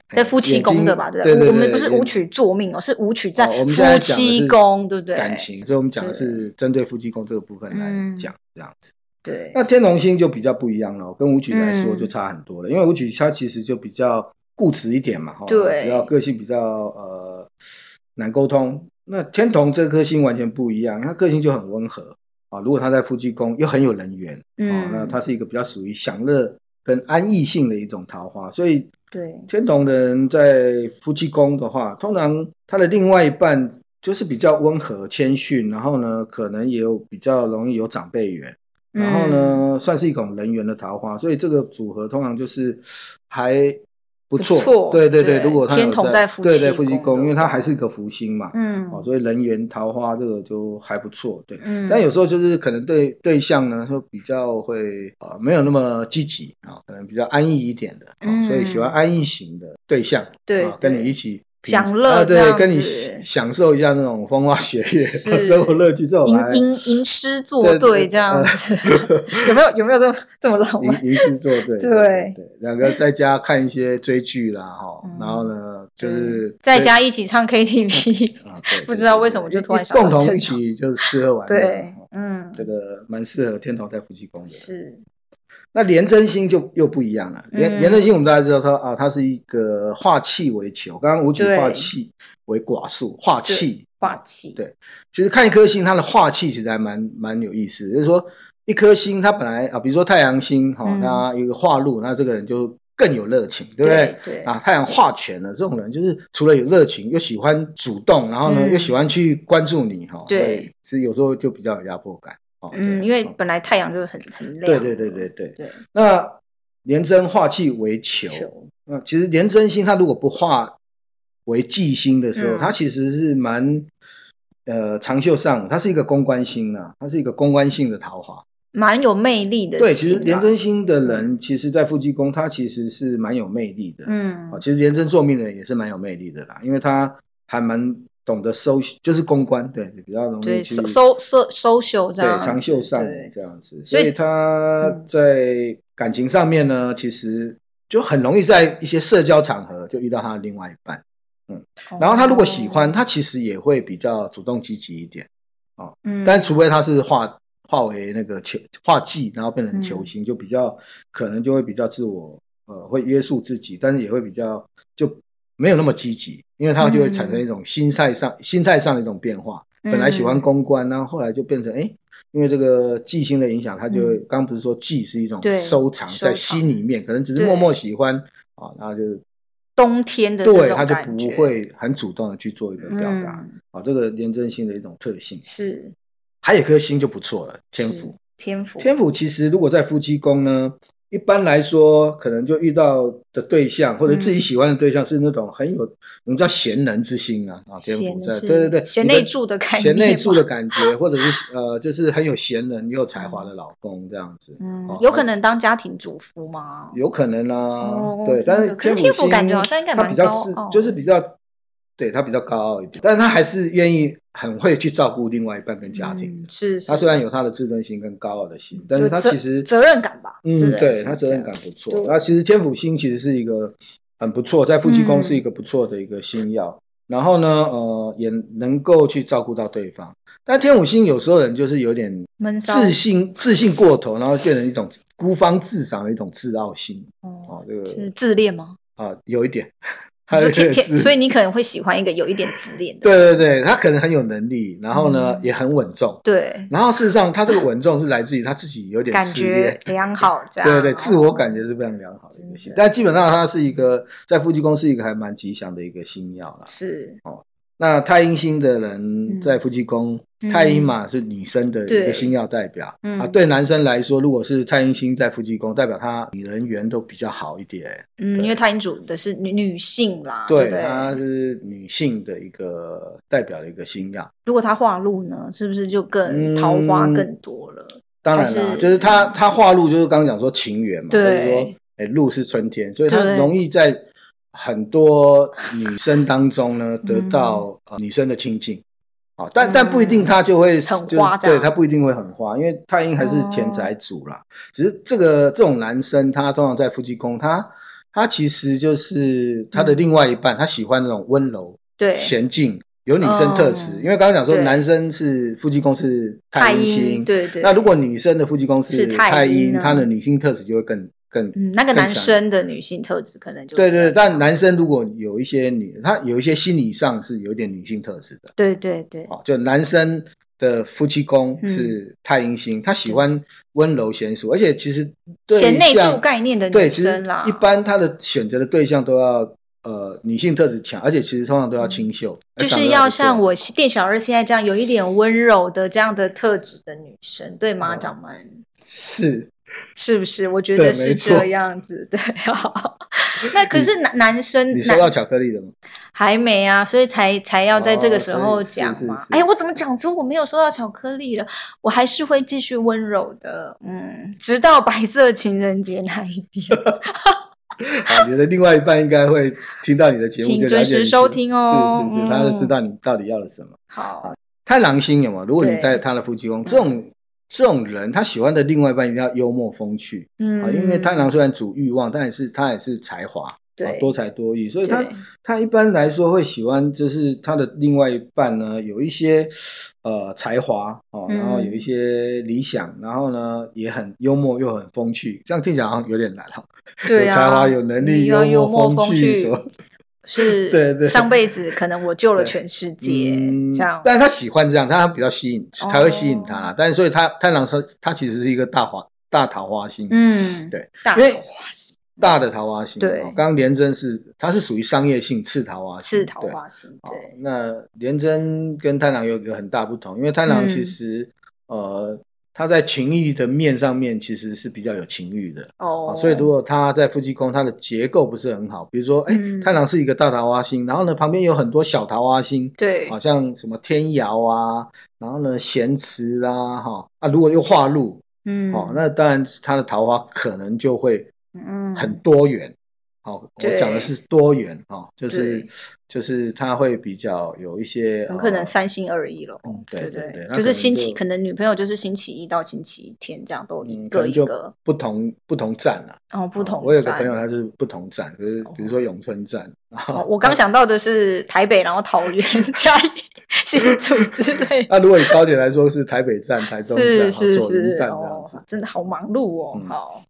Speaker 1: 在夫妻宫的吧，
Speaker 2: 对
Speaker 1: 不
Speaker 2: 对对，
Speaker 1: 我们不是
Speaker 2: 眼
Speaker 1: 武曲坐命哦，是武曲在
Speaker 2: 哦我们现在
Speaker 1: 夫
Speaker 2: 讲的
Speaker 1: 妻
Speaker 2: 是
Speaker 1: 宫，对不对？
Speaker 2: 感情，所以我们讲的是针对夫妻宫这个部分来
Speaker 1: 嗯
Speaker 2: 讲，这样子。
Speaker 1: 对，
Speaker 2: 那天龙星就比较不一样了，跟武曲来说
Speaker 1: 嗯
Speaker 2: 就差很多了，因为武曲它其实就比较固执一点嘛，哈，
Speaker 1: 对
Speaker 2: 比较个性比较呃难沟通。那天同这颗星完全不一样，他个性就很温和啊。如果他在夫妻宫又很有人缘，啊，
Speaker 1: 嗯，
Speaker 2: 那他是一个比较属于享乐跟安逸性的一种桃花，所以
Speaker 1: 对
Speaker 2: 天同的人在夫妻宫的话，通常他的另外一半就是比较温和谦逊，然后呢，可能也有比较容易有长辈缘，
Speaker 1: 嗯
Speaker 2: 然后呢，算是一种人缘的桃花，所以这个组合通常就是还不错。
Speaker 1: 不错
Speaker 2: 对对对，
Speaker 1: 对
Speaker 2: 如果他
Speaker 1: 天同在夫妻
Speaker 2: 对对夫妻
Speaker 1: 宫
Speaker 2: 宫，
Speaker 1: 的
Speaker 2: 因为它还是一个福星嘛，
Speaker 1: 嗯，
Speaker 2: 哦，
Speaker 1: 嗯
Speaker 2: 所以人缘桃花这个就还不错。对，
Speaker 1: 嗯，
Speaker 2: 但有时候就是可能对对象呢，就比较会啊、呃没有那么积哦极啊、可能比较安逸一点的，啊
Speaker 1: 嗯
Speaker 2: 所以喜欢安逸型的对象，
Speaker 1: 对
Speaker 2: 啊，跟
Speaker 1: 对
Speaker 2: 你一起
Speaker 1: 享乐
Speaker 2: 啊，
Speaker 1: 这样
Speaker 2: 对，
Speaker 1: 子
Speaker 2: 跟你享受一下那种风花雪月、
Speaker 1: 是
Speaker 2: 生活乐趣这种
Speaker 1: 吟
Speaker 2: 来
Speaker 1: 吟吟诗作
Speaker 2: 对嗯
Speaker 1: 对
Speaker 2: 对
Speaker 1: 这 样子，有没有有没有这么这么浪漫？
Speaker 2: 吟吟诗作对，
Speaker 1: 对
Speaker 2: 对，两个在家看一些追剧啦，哈
Speaker 1: 嗯，
Speaker 2: 然后呢就是
Speaker 1: 在家一起唱 KTV，
Speaker 2: 啊，对，对
Speaker 1: 不知道为什么就突然想到
Speaker 2: 共
Speaker 1: 这
Speaker 2: 同
Speaker 1: 个
Speaker 2: 一起就是吃喝玩乐，
Speaker 1: 对
Speaker 2: 哈，
Speaker 1: 嗯，
Speaker 2: 这个蛮适合天头在夫妻宫的。
Speaker 1: 是，
Speaker 2: 那廉贞星就又不一样了。廉
Speaker 1: 嗯
Speaker 2: 廉贞星我们大家知道它啊，它是一个化气为球，刚刚吴举
Speaker 1: 对
Speaker 2: 化气为寡数，化气。
Speaker 1: 化气，
Speaker 2: 对其实看一颗星，它的化气其实还蛮蛮有意思，就是说一颗星它本来啊，比如说太阳星哈、
Speaker 1: 嗯
Speaker 2: 它有一个化禄，那这个人就更有热情，对不对？
Speaker 1: 对对
Speaker 2: 啊，太阳化权了，这种人就是除了有热情，又喜欢主动，然后呢、
Speaker 1: 嗯
Speaker 2: 又喜欢去关注你哈，
Speaker 1: 对，
Speaker 2: 是有时候就比较有压迫感。哦
Speaker 1: 嗯，
Speaker 2: 对
Speaker 1: 因为
Speaker 2: 哦
Speaker 1: 本来太阳就是很很亮，
Speaker 2: 对对对对对，
Speaker 1: 对，
Speaker 2: 那廉贞化气为球，
Speaker 1: 球
Speaker 2: 那其实廉贞星它如果不化为忌星的时候，
Speaker 1: 嗯
Speaker 2: 它其实是蛮呃长袖上，它是一个公关星啊，它是一个公关性的桃花。
Speaker 1: 蛮有魅力的星啊，
Speaker 2: 对，其实廉贞星的人，其实在夫妻宫，他其实是蛮有魅力的。
Speaker 1: 嗯
Speaker 2: 啊，其实廉贞做命的人也是蛮有魅力的啦，因为他还蛮懂得收，就是公关，对，比较容易
Speaker 1: 对，
Speaker 2: 去
Speaker 1: 收收收收袖这
Speaker 2: 对
Speaker 1: 样，
Speaker 2: 长袖善
Speaker 1: 对
Speaker 2: 舞这样子，
Speaker 1: 所
Speaker 2: 所
Speaker 1: 以
Speaker 2: 以他
Speaker 1: 嗯
Speaker 2: 在感情上面呢，其实就很容易在一些社交场合就遇到他的另外一半。然后他如果喜欢，
Speaker 1: 哦，
Speaker 2: 他其实也会比较主动积极一点，
Speaker 1: 嗯，
Speaker 2: 但除非他是化化为那个球化忌，然后变成
Speaker 1: 嗯
Speaker 2: 球星，就比较可能就会比较自我呃会约束自己，但是也会比较就没有那么积极，因为他就会产生一种心态上、心态上的一种变化。本来喜欢
Speaker 1: 嗯
Speaker 2: 公关，然后后来就变成哎、诶因为这个记星的影响，他就会
Speaker 1: 嗯
Speaker 2: 刚不是说记是一种
Speaker 1: 对
Speaker 2: 收藏
Speaker 1: 收
Speaker 2: 在
Speaker 1: 藏
Speaker 2: 心里面，可能只是
Speaker 1: 对
Speaker 2: 默默喜欢啊，然后就是
Speaker 1: 冬天的这
Speaker 2: 对，
Speaker 1: 种
Speaker 2: 他就
Speaker 1: 感
Speaker 2: 不
Speaker 1: 觉
Speaker 2: 会很主动的去做一个表达、
Speaker 1: 嗯
Speaker 2: 啊，这个廉贞星的一种特性。
Speaker 1: 是
Speaker 2: 还有一颗星就不错了，天
Speaker 1: 是
Speaker 2: 府。
Speaker 1: 天赋
Speaker 2: 天府其实如果在夫妻宫呢，一般来说可能就遇到的对象或者
Speaker 1: 嗯
Speaker 2: 自己喜欢的对象是那种很有，我们叫贤人之心啊啊，天
Speaker 1: 贤
Speaker 2: 府在
Speaker 1: 是
Speaker 2: 对对对，
Speaker 1: 贤
Speaker 2: 你的
Speaker 1: 内助的概
Speaker 2: 贤内
Speaker 1: 念
Speaker 2: 助
Speaker 1: 嘛
Speaker 2: 的哦感觉，或者是呃，就是很有贤人又有才华的老公这样子，
Speaker 1: 嗯
Speaker 2: 哦，
Speaker 1: 有可能当家庭主妇吗？
Speaker 2: 有可能啦、啊
Speaker 1: 哦
Speaker 2: 对，
Speaker 1: 真
Speaker 2: 但
Speaker 1: 的
Speaker 2: 是
Speaker 1: 可是天
Speaker 2: 天
Speaker 1: 府感觉好像应该
Speaker 2: 他
Speaker 1: 蛮
Speaker 2: 比较
Speaker 1: 高哦
Speaker 2: 自
Speaker 1: 傲，
Speaker 2: 就是比较，对他比较高傲一点，但是他还是愿意很会去照顾另外一半跟家庭。
Speaker 1: 嗯是，
Speaker 2: 他
Speaker 1: 是
Speaker 2: 虽然有他的自尊心跟高傲的心，但是
Speaker 1: 有
Speaker 2: 他
Speaker 1: 责
Speaker 2: 其实
Speaker 1: 责任感吧，
Speaker 2: 嗯，对他责任感，不错。那其实天府星其实是一个很不错，在夫妻宫
Speaker 1: 嗯
Speaker 2: 是一个不错的一个星耀。然后呢，呃，也能够去照顾到对方。但天府星有时候人就是有点
Speaker 1: 闷骚
Speaker 2: 自信，自信过头，然后变成一种孤芳自赏的一种自傲心
Speaker 1: 哦
Speaker 2: 哦，这个
Speaker 1: 是自恋吗？
Speaker 2: 啊、有一点，还
Speaker 1: 你
Speaker 2: 有
Speaker 1: 说
Speaker 2: 一点
Speaker 1: 天
Speaker 2: 自
Speaker 1: 天，所以你可能会喜欢一个有一点自恋的，
Speaker 2: 对对对，他可能很有能力，然后呢、
Speaker 1: 嗯
Speaker 2: 也很稳重。
Speaker 1: 对，
Speaker 2: 然后事实上，他这个稳重是来自于他自己有点
Speaker 1: 感
Speaker 2: 自恋
Speaker 1: 觉，良好这样，哦
Speaker 2: 对对，自我感觉是非常良好的一个
Speaker 1: 真
Speaker 2: 星
Speaker 1: 的，
Speaker 2: 但基本上它是一个在夫妻宫是一个还蛮吉祥的一个星耀啦。
Speaker 1: 是
Speaker 2: 那太阴星的人
Speaker 1: 嗯
Speaker 2: 在夫妻宫，
Speaker 1: 嗯
Speaker 2: 太阴嘛是女生的一
Speaker 1: 对
Speaker 2: 个星耀代表
Speaker 1: 嗯
Speaker 2: 啊。对男生来说，如果是太阴星在夫妻宫，代表他女人缘都比较好一点，
Speaker 1: 嗯，因为太阴主的是女女性啦，啊对
Speaker 2: 对，
Speaker 1: 不对，
Speaker 2: 她是女性的一个代表的一个星耀。
Speaker 1: 如果他化禄呢，是不是就更
Speaker 2: 嗯
Speaker 1: 桃花更多了？
Speaker 2: 当然
Speaker 1: 还
Speaker 2: 啦，
Speaker 1: 是嗯
Speaker 2: 就是他他化禄就是刚刚讲说情缘嘛，
Speaker 1: 对
Speaker 2: 就是说，哎，禄是春天，所以他
Speaker 1: 对
Speaker 2: 容易在很多女生当中呢
Speaker 1: 嗯
Speaker 2: 得到、呃女生的亲近。啊，但但不一定他就会
Speaker 1: 很
Speaker 2: 就是
Speaker 1: 花这样哦
Speaker 2: 对他不一定会很花，因为太阴还是田宅主啦。只是这个这种男生，他通常在夫妻宫，他他其实就是他的
Speaker 1: 嗯
Speaker 2: 另外一半，他喜欢那种温柔、
Speaker 1: 对，
Speaker 2: 娴静、有女生特质。
Speaker 1: 嗯
Speaker 2: 因为刚刚讲说
Speaker 1: 对
Speaker 2: 男生是夫妻宫是太阴星，
Speaker 1: 对对。
Speaker 2: 那如果女生的夫妻宫是
Speaker 1: 是太
Speaker 2: 太
Speaker 1: 阴
Speaker 2: 阴，
Speaker 1: 呢
Speaker 2: 她的女性特质就会更更。
Speaker 1: 嗯，那个
Speaker 2: 更
Speaker 1: 男
Speaker 2: 强
Speaker 1: 生的女性特质可能就
Speaker 2: 对对，对但男生如果有一些女，他有一些心理上是有点女性特质的
Speaker 1: 对对对，
Speaker 2: 哦，就男生的夫妻宫
Speaker 1: 嗯
Speaker 2: 是太阴星，他喜欢温柔娴淑，而且其实对
Speaker 1: 贤内助
Speaker 2: 象
Speaker 1: 概念的
Speaker 2: 对，
Speaker 1: 女
Speaker 2: 其实
Speaker 1: 生啦，
Speaker 2: 一般他的选择的对象都要呃女性特质强，而且其实通常都要清秀，
Speaker 1: 嗯就是
Speaker 2: 要
Speaker 1: 要像我店小二现在这样有一点温柔的这样的特质的女生，对吗，
Speaker 2: 哦
Speaker 1: 掌门？
Speaker 2: 是
Speaker 1: 是不是？我觉
Speaker 2: 对
Speaker 1: 得
Speaker 2: 没
Speaker 1: 是
Speaker 2: 错
Speaker 1: 这样子，对啊。 那可是男男生
Speaker 2: 你收
Speaker 1: 男
Speaker 2: 到巧克力了吗？
Speaker 1: 还没啊，所以才才要在这个时候
Speaker 2: 哦所以
Speaker 1: 讲
Speaker 2: 是
Speaker 1: 嘛
Speaker 2: 是。是
Speaker 1: 哎，我怎么讲出我没有收到巧克力了？我还是会继续温柔的，嗯，直到白色情人节那一天。
Speaker 2: 好，啊你的另外一半应该会听到你的节目，
Speaker 1: 请
Speaker 2: 就了解
Speaker 1: 准时
Speaker 2: 你
Speaker 1: 收听哦
Speaker 2: 是是是，他就
Speaker 1: 嗯
Speaker 2: 知道你到底要了什么。
Speaker 1: 好，
Speaker 2: 太狼心有没有？如果你
Speaker 1: 对嗯
Speaker 2: 在他的夫妻宫，这种这种人，他喜欢的另外一半一定要幽默风趣啊、
Speaker 1: 嗯，
Speaker 2: 因为太狼虽然主欲望，但也是他也是才华，啊
Speaker 1: 对
Speaker 2: 多才多艺，所以他
Speaker 1: 对
Speaker 2: 他一般来说会喜欢，就是他的另外一半呢有一些呃才华哦，
Speaker 1: 嗯
Speaker 2: 然后有一些理想，然后呢也很幽默又很风趣，这样听起来好像有点难哦哈、
Speaker 1: 对
Speaker 2: 有
Speaker 1: 啊，
Speaker 2: 才华、有能力、
Speaker 1: 你要幽
Speaker 2: 默
Speaker 1: 默风
Speaker 2: 趣
Speaker 1: 趣
Speaker 2: 什么。
Speaker 1: 是，
Speaker 2: 对对
Speaker 1: 上辈子可能我救了
Speaker 2: 对
Speaker 1: 全世界，
Speaker 2: 嗯
Speaker 1: 这样，
Speaker 2: 但是他喜欢这样，他比较吸引，
Speaker 1: 哦
Speaker 2: 才会吸引他啦。但是所以他太郎他他其实是一个大花大桃花星，
Speaker 1: 嗯，
Speaker 2: 对，
Speaker 1: 大
Speaker 2: 因为
Speaker 1: 头花心，
Speaker 2: 大的桃花星。
Speaker 1: 对
Speaker 2: 哦刚刚廉贞是他是属于商业性次桃花星，
Speaker 1: 是桃
Speaker 2: 啊对。
Speaker 1: 花心，
Speaker 2: 哦
Speaker 1: 对，
Speaker 2: 那廉贞跟贪狼有一个很大不同，因为贪狼
Speaker 1: 嗯
Speaker 2: 其实、呃他在情欲的面上面其实是比较有情欲的。
Speaker 1: 哦
Speaker 2: 啊，，所以如果他在夫妻宫，它的结构不是很好，比如说，哎、
Speaker 1: 嗯
Speaker 2: 太郎是一个大桃花星，然后呢，旁边有很多小桃花星，
Speaker 1: 对
Speaker 2: 好像什么天姚啊，然后呢咸池啦，哈啊，如果又化禄，
Speaker 1: 嗯，
Speaker 2: 哦，那当然他的桃花可能就会
Speaker 1: 嗯
Speaker 2: 很多元。哦，我
Speaker 1: 对
Speaker 2: 讲的是多元哦，就是
Speaker 1: 对
Speaker 2: 就是他会比较有一些，
Speaker 1: 很可能
Speaker 2: 呃
Speaker 1: 三心二意了。
Speaker 2: 嗯，对
Speaker 1: 对
Speaker 2: 对对，那
Speaker 1: 就是星期，
Speaker 2: 就
Speaker 1: 可能女朋友就是星期一到星期天这样都一
Speaker 2: 嗯，可
Speaker 1: 个
Speaker 2: 能
Speaker 1: 一
Speaker 2: 就
Speaker 1: 个，
Speaker 2: 不同不同站啊，
Speaker 1: 然后不同
Speaker 2: 哦
Speaker 1: 站。
Speaker 2: 我有个朋友，他就是不同站，就是比如说永春站，然
Speaker 1: 哦
Speaker 2: 后
Speaker 1: 我刚想到的是台北，然后桃园、 嘉义、新竹之类的。
Speaker 2: 那如果以高铁来说，是台北站、台中站、
Speaker 1: 是
Speaker 2: 左
Speaker 1: 是
Speaker 2: 营
Speaker 1: 是，
Speaker 2: 站这样
Speaker 1: 哦
Speaker 2: 子。，
Speaker 1: 真的好忙碌哦。
Speaker 2: 嗯
Speaker 1: 好，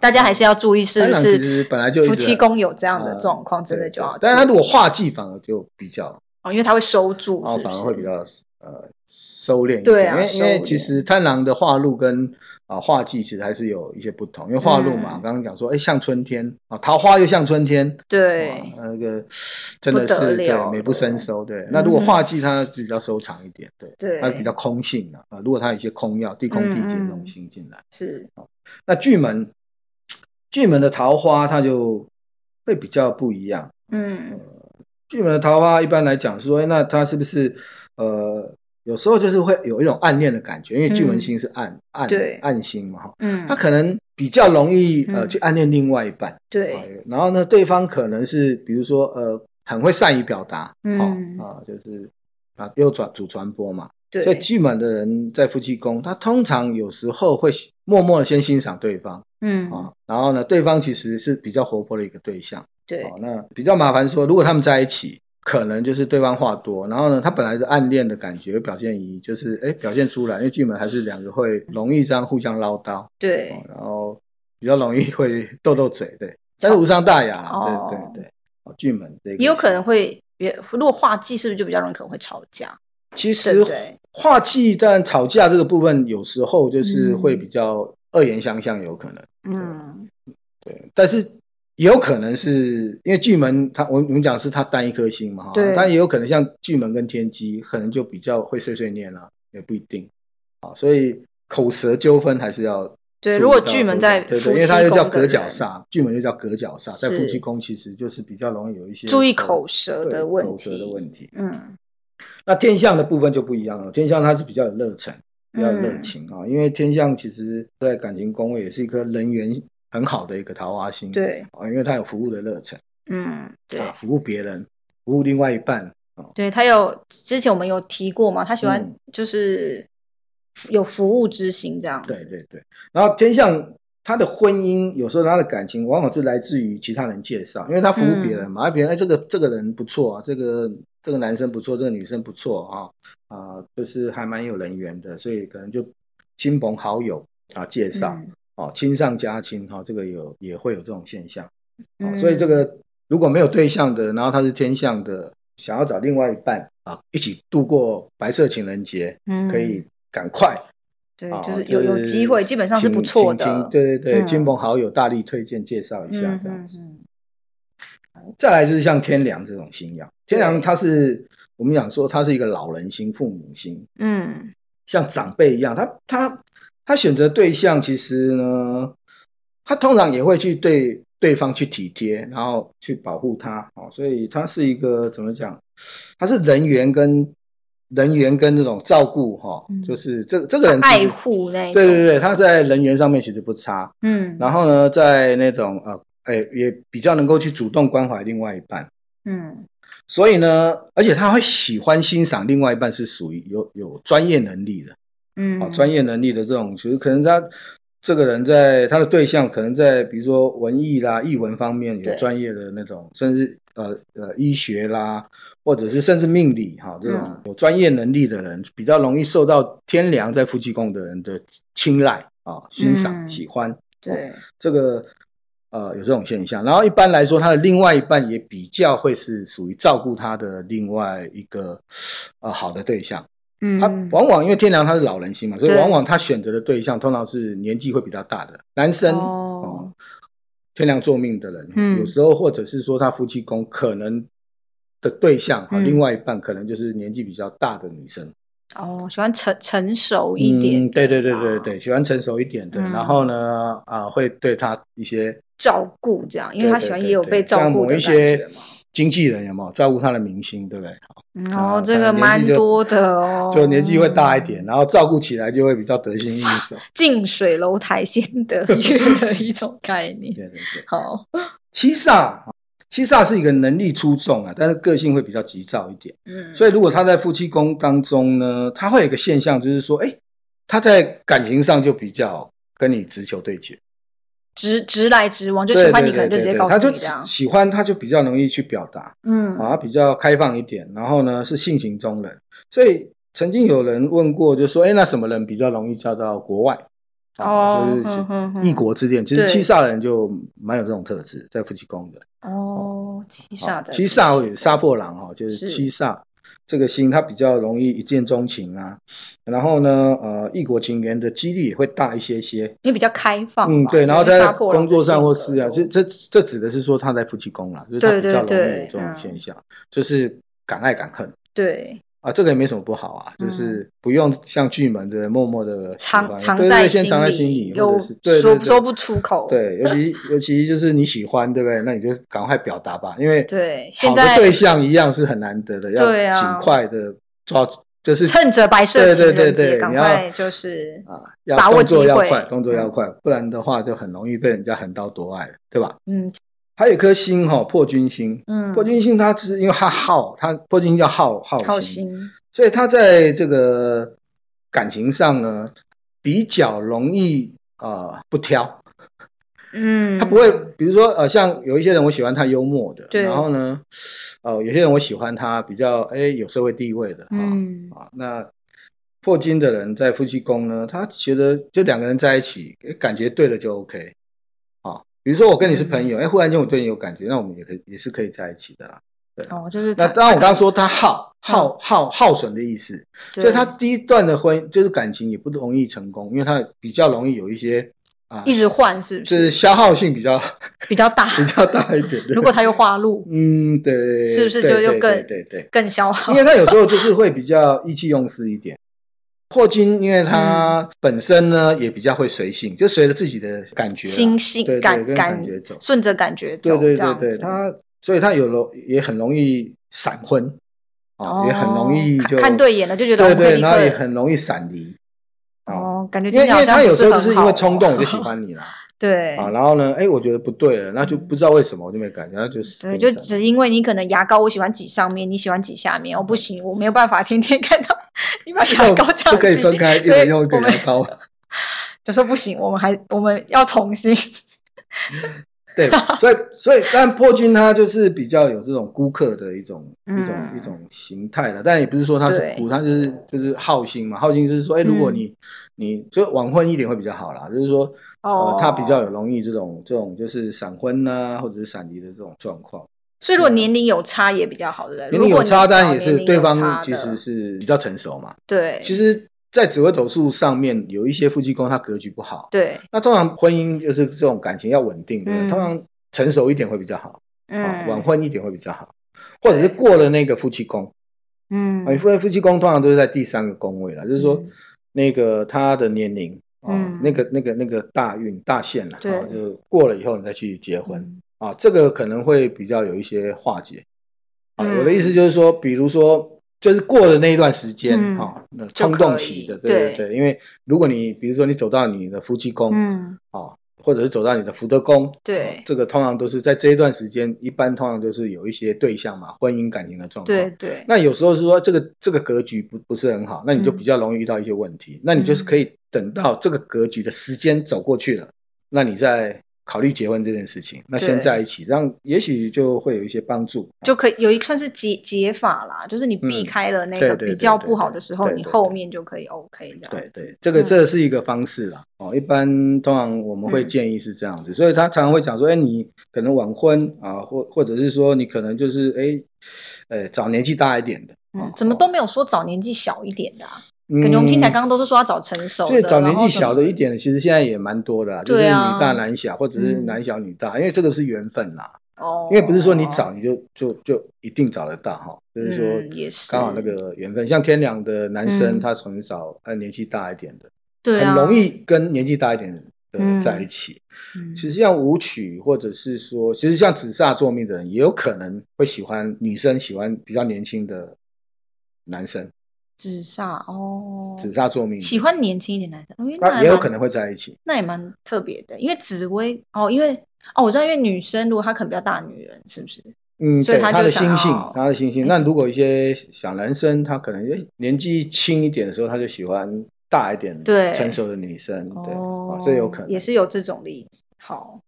Speaker 1: 大家还是要注意是
Speaker 2: 当
Speaker 1: 不
Speaker 2: 然其
Speaker 1: 是
Speaker 2: 实本来就一直
Speaker 1: 夫妻宫有这样的
Speaker 2: 呃
Speaker 1: 状况，真的
Speaker 2: 对
Speaker 1: 就
Speaker 2: 对
Speaker 1: 要注意。
Speaker 2: 但是他如果化忌，反而就比较，
Speaker 1: 哦，因为他会收住，
Speaker 2: 然后
Speaker 1: 是不
Speaker 2: 反而
Speaker 1: 是
Speaker 2: 会比较呃收敛一点。
Speaker 1: 对啊
Speaker 2: 因为因为
Speaker 1: 收敛
Speaker 2: 其实贪狼的化禄跟啊化忌其实还是有一些不同，因为化禄嘛，
Speaker 1: 嗯
Speaker 2: 刚刚讲说，哎，像春天啊，桃花又像春天，哇
Speaker 1: 对，
Speaker 2: 那个真的
Speaker 1: 不得
Speaker 2: 是
Speaker 1: 了
Speaker 2: 对美不
Speaker 1: 了
Speaker 2: 胜收。对，那如果
Speaker 1: 嗯
Speaker 2: 化忌，它比较收藏一点，对，
Speaker 1: 对
Speaker 2: 它比较空性啊。啊如果它有一些空曜、地空地劫
Speaker 1: 嗯
Speaker 2: 那种星进来。
Speaker 1: 是
Speaker 2: 那巨门，巨门的桃花它就会比较不一样。
Speaker 1: 嗯
Speaker 2: 巨门的桃花一般来讲是说，诶那它是不是呃，有时候就是会有一种暗恋的感觉，因为巨门星是暗、
Speaker 1: 嗯
Speaker 2: 暗
Speaker 1: 对
Speaker 2: 暗星嘛哈，
Speaker 1: 嗯
Speaker 2: 他，可能比较容易呃
Speaker 1: 嗯
Speaker 2: 去暗恋另外一半，啊
Speaker 1: 对，
Speaker 2: 然后呢，对方可能是比如说呃很会善于表达，
Speaker 1: 嗯
Speaker 2: 哦啊就是啊又转主传播嘛，
Speaker 1: 对，
Speaker 2: 所以巨门的人在夫妻宫，他通常有时候会默默的先欣赏对方。
Speaker 1: 嗯
Speaker 2: 啊，然后呢，对方其实是比较活泼的一个对象，
Speaker 1: 对
Speaker 2: 哦，那比较麻烦说，如果他们在一起，可能就是对方话多，然后呢，他本来是暗恋的感觉表现于就是哎表现出来，因为巨门还是两个会容易这样互相唠叨，
Speaker 1: 对
Speaker 2: 哦，然后比较容易会斗斗嘴，对，但是无伤大雅啦，
Speaker 1: 哦
Speaker 2: 对对对，哦，巨门这个
Speaker 1: 也有可
Speaker 2: 是
Speaker 1: 能会，也如果画技是不是就比较容易可能会吵架？
Speaker 2: 其
Speaker 1: 对
Speaker 2: 实
Speaker 1: 不对
Speaker 2: 话忌，但吵架这个部分有时候就是
Speaker 1: 嗯
Speaker 2: 会比较恶言相向，有可能。
Speaker 1: 嗯，
Speaker 2: 对，但是也有可能是因为巨门它，我我们讲是它单一颗星嘛，哈，
Speaker 1: 对
Speaker 2: 但也有可能像巨门跟天机，可能就比较会碎碎念啦、也不一定啊，所以口舌纠纷还是要
Speaker 1: 对。
Speaker 2: 注意
Speaker 1: 如果
Speaker 2: 到
Speaker 1: 巨门
Speaker 2: 多
Speaker 1: 在
Speaker 2: 对
Speaker 1: 夫
Speaker 2: 对，因
Speaker 1: 妻
Speaker 2: 为它又
Speaker 1: 宫
Speaker 2: 叫
Speaker 1: 的
Speaker 2: 隔角
Speaker 1: 人，
Speaker 2: 煞，巨门又叫隔角煞，在
Speaker 1: 是
Speaker 2: 夫妻宫其实就是比较容易有一些
Speaker 1: 注意口
Speaker 2: 对
Speaker 1: 舌
Speaker 2: 口
Speaker 1: 的问题。
Speaker 2: 舌的问题。
Speaker 1: 嗯
Speaker 2: 那天象的部分就不一样了，天象它是比较有热忱，比较有热
Speaker 1: 嗯
Speaker 2: 情啊、因为天象其实在感情宫位也是一颗人缘很好的一个桃花星，
Speaker 1: 对，
Speaker 2: 啊，因为他有服务的热忱，
Speaker 1: 嗯
Speaker 2: 啊
Speaker 1: 对，
Speaker 2: 服务别人，服务另外一半，
Speaker 1: 对他有之前我们有提过嘛，他喜欢
Speaker 2: 嗯
Speaker 1: 就是有服务之心这样子。
Speaker 2: 对对对。然后天象他的婚姻，有时候他的感情往往是来自于其他人介绍，因为他服务
Speaker 1: 嗯
Speaker 2: 别人嘛，啊别人哎这个这个人不错啊，这个这个男生不错，这个女生不错啊，啊、就是还蛮有人缘的，所以可能就亲朋好友啊介绍。
Speaker 1: 嗯
Speaker 2: 哦，亲上加亲哈、哦，这个有也会有这种现象、哦
Speaker 1: 嗯
Speaker 2: 所以这个如果没有对象的，然后他是天象的，想要找另外一半啊，一起度过白色情人节，
Speaker 1: 嗯
Speaker 2: 可以赶快
Speaker 1: 对
Speaker 2: 啊，，
Speaker 1: 就是有有机会，基本上是不
Speaker 2: 请
Speaker 1: 错
Speaker 2: 请
Speaker 1: 的
Speaker 2: 请。对对对，
Speaker 1: 嗯
Speaker 2: 亲朋好友大力推荐介绍一下
Speaker 1: 嗯
Speaker 2: 这样
Speaker 1: 嗯
Speaker 2: 子。
Speaker 1: 嗯，
Speaker 2: 再来就是像天梁这种星曜，天梁
Speaker 1: 对
Speaker 2: 它是我们讲说它是一个老人星、父母星，
Speaker 1: 嗯
Speaker 2: 像长辈一样，他他他选择对象，其实呢，他通常也会去对对方去体贴，然后去保护他哦，所以他是一个怎么讲？他是人缘跟人缘跟那种照顾哈、
Speaker 1: 嗯
Speaker 2: 就是这这个人其实
Speaker 1: 爱。护那一
Speaker 2: 对
Speaker 1: 种
Speaker 2: 对对，他在人缘上面其实不差，
Speaker 1: 嗯，
Speaker 2: 然后呢，在那种呃哎，也比较能够去主动关怀另外一半。
Speaker 1: 嗯
Speaker 2: 所以呢，而且他会喜欢欣赏另外一半是属于有有专业能力的，
Speaker 1: 嗯，
Speaker 2: 啊，专业能力的这种，就是可能他这个人在他的对象可能在比如说文艺啦、艺文方面有
Speaker 1: 对
Speaker 2: 专业的那种，甚至呃呃医学啦，或者是甚至命理哈、这种
Speaker 1: 嗯
Speaker 2: 有专业能力的人，比较容易受到天良在夫妻宫的人的青睐啊、欣赏、
Speaker 1: 嗯
Speaker 2: 喜欢。
Speaker 1: 对，
Speaker 2: 这个呃有这种现象。然后一般来说，他的另外一半也比较会是属于照顾他的另外一个呃好的对象。
Speaker 1: 嗯，
Speaker 2: 他往往因为天良他是老人心嘛，所以
Speaker 1: 对
Speaker 2: 往往他选择的对象通常是年纪会比较大的男生
Speaker 1: 哦，
Speaker 2: 天良做命的人，
Speaker 1: 嗯
Speaker 2: 有时候或者是说他夫妻宫可能。的对象啊，
Speaker 1: 嗯
Speaker 2: 另外一半可能就是年纪比较大的女生，
Speaker 1: 哦，喜欢成成熟一点啊
Speaker 2: 嗯，对对对对对，喜欢成熟一点的，
Speaker 1: 嗯
Speaker 2: 然后呢，啊，会对他一些
Speaker 1: 照顾这样，因为他喜欢也有被照
Speaker 2: 像
Speaker 1: 顾
Speaker 2: 某
Speaker 1: 的
Speaker 2: 一
Speaker 1: 感
Speaker 2: 些
Speaker 1: 觉嘛。
Speaker 2: 经纪人有没有照顾他的明星，对不对？
Speaker 1: 嗯
Speaker 2: 啊
Speaker 1: 哦，这
Speaker 2: 反
Speaker 1: 个
Speaker 2: 正年
Speaker 1: 蛮
Speaker 2: 纪就
Speaker 1: 多的哦，
Speaker 2: 就年纪会大一点，，然后照顾起来就会比较得心应手。
Speaker 1: 近水楼台先得月的一种概 念。
Speaker 2: 对对对，
Speaker 1: 好，
Speaker 2: 七煞，七煞啊是一个能力出众啊，但是个性会比较急躁一点。
Speaker 1: 嗯，
Speaker 2: 所
Speaker 1: 以
Speaker 2: 以如果他在夫妻宫当中呢，他会有一个现象，就是说，哎，他在感情上就比较跟你直球对决，
Speaker 1: 直直来直往，就
Speaker 2: 对
Speaker 1: 喜欢你
Speaker 2: 对
Speaker 1: 可能就
Speaker 2: 对
Speaker 1: 直接
Speaker 2: 对
Speaker 1: 告
Speaker 2: 他
Speaker 1: 诉
Speaker 2: 就
Speaker 1: 你这样。
Speaker 2: 喜欢他就比较容易去表达。
Speaker 1: 嗯，
Speaker 2: 啊，比较开放一点，然后呢是性情中人，所以曾经有人问过，就说，哎，那什么人比较容易嫁到国外？啊
Speaker 1: 哦，
Speaker 2: 就
Speaker 1: 哼
Speaker 2: 是
Speaker 1: 哼哼
Speaker 2: 异国之恋。其实
Speaker 1: 对
Speaker 2: 七煞人就蛮有这种特质，在夫妻宫的。
Speaker 1: 哦，七
Speaker 2: 啊
Speaker 1: 煞的
Speaker 2: 七煞有杀破狼哈，就是
Speaker 1: 是
Speaker 2: 七煞这个星，它比较容易一见钟情啊。然后呢，呃，异国情缘的几率也会大一些些。
Speaker 1: 因为比较开放嘛，
Speaker 2: 嗯，对，然后
Speaker 1: 因为哦
Speaker 2: 在
Speaker 1: 杀破狼
Speaker 2: 工作
Speaker 1: 的性
Speaker 2: 上或
Speaker 1: 格
Speaker 2: 是啊，
Speaker 1: 都
Speaker 2: 这这这指的是说他在夫妻宫啊啦，就是他
Speaker 1: 对
Speaker 2: 比较容
Speaker 1: 对
Speaker 2: 易有
Speaker 1: 对
Speaker 2: 这种
Speaker 1: 嗯
Speaker 2: 现象，就是敢爱敢恨。
Speaker 1: 对，
Speaker 2: 啊，这个也没什么不好啊，就是不用像巨门的默默的
Speaker 1: 嗯藏藏
Speaker 2: 对
Speaker 1: 在
Speaker 2: 对，先藏在心里，或
Speaker 1: 有
Speaker 2: 者是对
Speaker 1: 说
Speaker 2: 对
Speaker 1: 说
Speaker 2: 对
Speaker 1: 不出口。
Speaker 2: 对，尤其尤其就是你喜欢，对不对？那你就赶快表达吧，因为
Speaker 1: 对，现
Speaker 2: 好的
Speaker 1: 在
Speaker 2: 对象一样是很难得的，
Speaker 1: 对
Speaker 2: 要
Speaker 1: 啊
Speaker 2: 尽快的抓，就是
Speaker 1: 趁着白色
Speaker 2: 对
Speaker 1: 情
Speaker 2: 对对
Speaker 1: 人节，
Speaker 2: 对
Speaker 1: 赶
Speaker 2: 你要
Speaker 1: 快就是
Speaker 2: 啊，要
Speaker 1: 把握
Speaker 2: 动作
Speaker 1: 机
Speaker 2: 要
Speaker 1: 会
Speaker 2: 快，动作要
Speaker 1: 嗯
Speaker 2: 快，不然的话就很容易被人家横刀夺爱，对吧？
Speaker 1: 嗯
Speaker 2: 还有一颗星哈、破军星，
Speaker 1: 嗯，
Speaker 2: 破军星它是因为它耗，它破军星叫耗耗
Speaker 1: 好
Speaker 2: 星
Speaker 1: 心，
Speaker 2: 所以他在这个感情上呢，比较容易呃不挑，
Speaker 1: 嗯，
Speaker 2: 他不会，比如说呃，像有一些人我喜欢他幽默的，
Speaker 1: 对
Speaker 2: 然后呢，呃，有些人我喜欢他比较哎有社会地位的啊、
Speaker 1: 嗯
Speaker 2: 啊，那破金的人在夫妻宫呢，他觉得就两个人在一起诶感觉对了就 OK 啊，比如说我跟你是朋友，哎、忽然间我对你有感觉，那我们也可以也是可以在一起的啦。
Speaker 1: 哦，就是
Speaker 2: 那
Speaker 1: 他
Speaker 2: 当然，我刚刚说他耗耗
Speaker 1: 嗯
Speaker 2: 耗耗损的意思，所以他第一段的婚姻就是感情也不容易成功，因为他比较容易有一些啊，
Speaker 1: 一直换是不
Speaker 2: 就
Speaker 1: 是
Speaker 2: 是消耗性比较
Speaker 1: 比较大？
Speaker 2: 比较大一点的。
Speaker 1: 如果他又化路，
Speaker 2: 嗯，对，
Speaker 1: 是不是
Speaker 2: 对
Speaker 1: 就又
Speaker 2: 对
Speaker 1: 更
Speaker 2: 对对对
Speaker 1: 更消耗
Speaker 2: 因？为他有时候就是会比较意气用事一点。霍金，因为
Speaker 1: 嗯
Speaker 2: 他本身呢、也比较会随性，就随着自己的感觉啊、
Speaker 1: 心性
Speaker 2: 对对
Speaker 1: 感
Speaker 2: 跟
Speaker 1: 感
Speaker 2: 感觉走。
Speaker 1: 顺着感觉
Speaker 2: 对
Speaker 1: 走，
Speaker 2: 对
Speaker 1: 这
Speaker 2: 对
Speaker 1: 样
Speaker 2: 对，
Speaker 1: 子
Speaker 2: 他所以他有容也很容易闪婚啊，也很容易
Speaker 1: 哦
Speaker 2: 就
Speaker 1: 看看对眼了就觉得哦
Speaker 2: 对
Speaker 1: 我可以
Speaker 2: 对，
Speaker 1: 立
Speaker 2: 然后
Speaker 1: 刻
Speaker 2: 也很容易闪离。啊，
Speaker 1: 哦，感觉
Speaker 2: 因
Speaker 1: 听
Speaker 2: 为
Speaker 1: 起
Speaker 2: 因
Speaker 1: 来好像
Speaker 2: 为他有
Speaker 1: 不
Speaker 2: 时候就
Speaker 1: 很
Speaker 2: 是因为
Speaker 1: 好
Speaker 2: 冲动我就喜欢你啦
Speaker 1: 对
Speaker 2: 啊，然后呢，哎，我觉得不对了，那就不知道为什么我就没感觉，那就是
Speaker 1: 对，
Speaker 2: 跟
Speaker 1: 就
Speaker 2: 你闪
Speaker 1: 只因为你可能牙膏我喜欢挤上面，你喜欢挤下面，哦不行，我没有办法天天看到 你把牙膏这样
Speaker 2: 嗯 不可以
Speaker 1: 挤
Speaker 2: 分开，一
Speaker 1: 所以
Speaker 2: 人用一个
Speaker 1: 我们
Speaker 2: 牙膏，
Speaker 1: 就说不行，我们还我们要同心，
Speaker 2: 对，所以所以但破军他就是比较有这种孤客的一种一种
Speaker 1: 嗯
Speaker 2: 一种形态了，但也不是说他是
Speaker 1: 对
Speaker 2: 孤，他就是就是好心嘛，好心就是说，哎，如果
Speaker 1: 嗯
Speaker 2: 你你就晚婚一点会比较好啦，就是说
Speaker 1: 哦
Speaker 2: 呃，他比较有容易这种这种就是闪婚呐，或者是闪离的这种状况。
Speaker 1: 所以如果年龄有差也比较好，对不对？
Speaker 2: 啊年龄有差，
Speaker 1: 但
Speaker 2: 但也是对方其实是比较成熟嘛。
Speaker 1: 对，
Speaker 2: 其实，在紫微斗数上面有一些夫妻宫，它格局不好。
Speaker 1: 对，
Speaker 2: 那通常婚姻就是这种感情要稳定，对不
Speaker 1: 嗯
Speaker 2: 对？通常成熟一点会比较好，啊
Speaker 1: 嗯，
Speaker 2: 晚婚一点会比较好，或者是过了那个夫妻宫。
Speaker 1: 嗯
Speaker 2: 啊，，夫夫妻宫通常都是在第三个宫位了，就是说
Speaker 1: 嗯
Speaker 2: 那个他的年龄啊
Speaker 1: 嗯，
Speaker 2: 那个那个那个大运大限了，
Speaker 1: 对
Speaker 2: 啊就过了以后你再去结婚。
Speaker 1: 嗯
Speaker 2: 啊，这个可能会比较有一些化解。啊，
Speaker 1: 嗯
Speaker 2: 我的意思就是说，比如说，就是过了那一段时间
Speaker 1: 嗯
Speaker 2: 啊，那
Speaker 1: 就
Speaker 2: 冲
Speaker 1: 可
Speaker 2: 动期的，
Speaker 1: 以
Speaker 2: 对
Speaker 1: 对
Speaker 2: 对，因为如果你比如说你走到你的夫妻宫
Speaker 1: 嗯
Speaker 2: 啊，或者是走到你的福德宫，
Speaker 1: 对
Speaker 2: 这个通常都是在这一段时间，一般通常都是有一些对象嘛，婚姻感情的状况。
Speaker 1: 对对，
Speaker 2: 那有时候是说这个这个格局不不是很好，那你就
Speaker 1: 嗯
Speaker 2: 比较容易遇到一些问题。那你就是可以等到这个格局的时间走过去了，那你再考虑结婚这件事情。那
Speaker 1: 对
Speaker 2: 先在一起，让也许就会有一些帮助。
Speaker 1: 就可以有一算是解解法啦，就是你避
Speaker 2: 嗯
Speaker 1: 开了那
Speaker 2: 对
Speaker 1: 个
Speaker 2: 对
Speaker 1: 比
Speaker 2: 对
Speaker 1: 较
Speaker 2: 对
Speaker 1: 不
Speaker 2: 对
Speaker 1: 好的时候，
Speaker 2: 对
Speaker 1: 你
Speaker 2: 对
Speaker 1: 后
Speaker 2: 对
Speaker 1: 面就可以 OK 这样。
Speaker 2: 对对，这个
Speaker 1: 嗯
Speaker 2: 这是一个方式啦。哦，一般通常我们会
Speaker 1: 嗯
Speaker 2: 建议是这样子，所以他常常会讲说，哎，你可能晚婚啊，或或者是说你可能就是哎，呃，找年纪大一点的，
Speaker 1: 嗯
Speaker 2: 哦，
Speaker 1: 怎么都没有说找年纪小一点的、啊，
Speaker 2: 感
Speaker 1: 感觉我们听起来刚刚都是说要找成熟的，
Speaker 2: 所以找年
Speaker 1: 然后
Speaker 2: 纪
Speaker 1: 什么
Speaker 2: 小的一，点的，其实现在也蛮多的啦，就是
Speaker 1: 对
Speaker 2: 女
Speaker 1: 啊
Speaker 2: 大男小，或者是
Speaker 1: 嗯
Speaker 2: 男小女大，因为这个是缘分啦，
Speaker 1: 哦，
Speaker 2: 因为不是说你找你就就就一定找得到哈，就是
Speaker 1: 嗯
Speaker 2: 说
Speaker 1: 也是
Speaker 2: 刚好那个缘分。像天良的男生，
Speaker 1: 嗯
Speaker 2: 他从找呃年纪大一点的，
Speaker 1: 对、啊、
Speaker 2: 很容易跟年纪大一点
Speaker 1: 嗯
Speaker 2: 的在一起。
Speaker 1: 嗯，
Speaker 2: 其实像舞曲，或者是说，其实像紫煞座命的人，也有可能会喜欢女生喜欢比较年轻的男生，
Speaker 1: 纸煞哦，
Speaker 2: 紫煞座命
Speaker 1: 喜欢年轻一点男生，哦因为那
Speaker 2: 那
Speaker 1: 还
Speaker 2: 也有
Speaker 1: 蛮
Speaker 2: 可能会在一起。
Speaker 1: 那也蛮特别的，因为紫薇哦，因为哦，我知道，因为女生如果她可能比较大，女人是不是？
Speaker 2: 嗯，
Speaker 1: 所以
Speaker 2: 对，
Speaker 1: 他
Speaker 2: 他
Speaker 1: 就
Speaker 2: 的
Speaker 1: 想
Speaker 2: 心性
Speaker 1: 要，嗯
Speaker 2: 他的心性。那如果一些小男生，他可能诶年纪轻一点的时候，他就喜欢大一点、
Speaker 1: 对
Speaker 2: 成熟的女生，对，
Speaker 1: 哦
Speaker 2: 啊，这有可能
Speaker 1: 也。是有这种例子。好，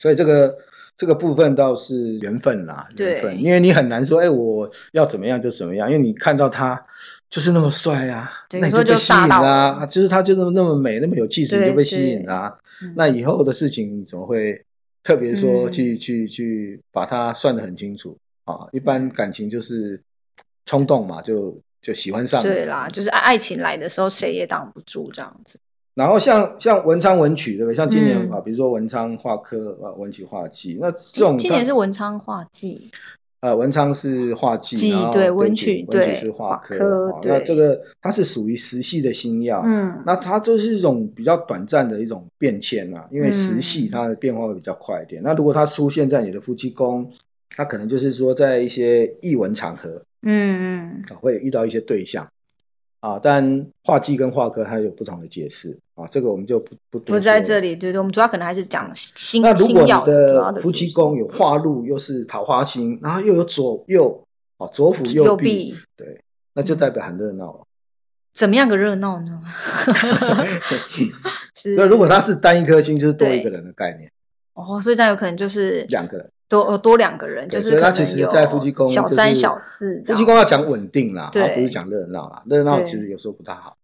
Speaker 2: 所以这个这个部分倒是缘分啦，
Speaker 1: 对
Speaker 2: 缘分，因为你很难说，哎，我要怎么样就怎么样，因为你看到他就是那么帅啊，
Speaker 1: 对
Speaker 2: 那你
Speaker 1: 有时候
Speaker 2: 就被
Speaker 1: 就
Speaker 2: 吸
Speaker 1: 大
Speaker 2: 引
Speaker 1: 到
Speaker 2: 啦、
Speaker 1: 了
Speaker 2: 就是他就是那么美，那么有气质，
Speaker 1: 对
Speaker 2: 你就被吸引啦、
Speaker 1: 嗯
Speaker 2: 那以后的事情你怎么会特别说
Speaker 1: 嗯
Speaker 2: 去、去去把它算得很清楚啊？一般感情就是冲动嘛，就就喜欢上了
Speaker 1: 对啦，就是爱爱情来的时候，谁也挡不住这样子。
Speaker 2: 然后像像文昌文曲对不对？像今年、
Speaker 1: 嗯
Speaker 2: 啊，比如说文昌画科啊，文曲画技，那这种
Speaker 1: 今年
Speaker 2: 它
Speaker 1: 是文昌画技，
Speaker 2: 呃，文昌是画技，
Speaker 1: 技
Speaker 2: 然后
Speaker 1: 对
Speaker 2: 对
Speaker 1: 文
Speaker 2: 不
Speaker 1: 曲
Speaker 2: 起文
Speaker 1: 对
Speaker 2: 曲是
Speaker 1: 画
Speaker 2: 画科。
Speaker 1: 科
Speaker 2: 哦那
Speaker 1: 对
Speaker 2: 这个它是属于时系的星耀，
Speaker 1: 嗯，
Speaker 2: 那它就是一种比较短暂的一种变迁啊，因为时系
Speaker 1: 嗯
Speaker 2: 它的变化会比较快一点。那如果它出现在你的夫妻宫，它可能就是说在一些艺文场合
Speaker 1: 嗯嗯，
Speaker 2: 啊会遇到一些对象啊，但画技跟画科它有不同的解释啊，这个我们就不不多
Speaker 1: 不在
Speaker 2: 说
Speaker 1: 这
Speaker 2: 了。
Speaker 1: 里，对对，我们主要可能还是讲星
Speaker 2: 那如果
Speaker 1: 星
Speaker 2: 你
Speaker 1: 耀主要
Speaker 2: 的
Speaker 1: 的
Speaker 2: 夫妻宫有化禄，又是桃花星，然后又有左右哦，左辅
Speaker 1: 右
Speaker 2: 弼，
Speaker 1: 臂，
Speaker 2: 对，那
Speaker 1: 嗯
Speaker 2: 就代表很热闹了。
Speaker 1: 怎么样个热闹 呢？是，
Speaker 2: 那、如果它是单一颗星，就是多一个人的概念，
Speaker 1: 哦，所以这样有可能就是
Speaker 2: 两个人。
Speaker 1: 多呃多两个人，就
Speaker 2: 对
Speaker 1: 是
Speaker 2: 所以它
Speaker 1: 可能
Speaker 2: 其实在
Speaker 1: 有
Speaker 2: 夫妻宫
Speaker 1: 小
Speaker 2: 就是
Speaker 1: 三小四这
Speaker 2: 夫
Speaker 1: 样，
Speaker 2: 妻宫要讲稳定啦，
Speaker 1: 对
Speaker 2: 啊，不是讲热闹啦。热闹
Speaker 1: 对
Speaker 2: 其实有时候不太好。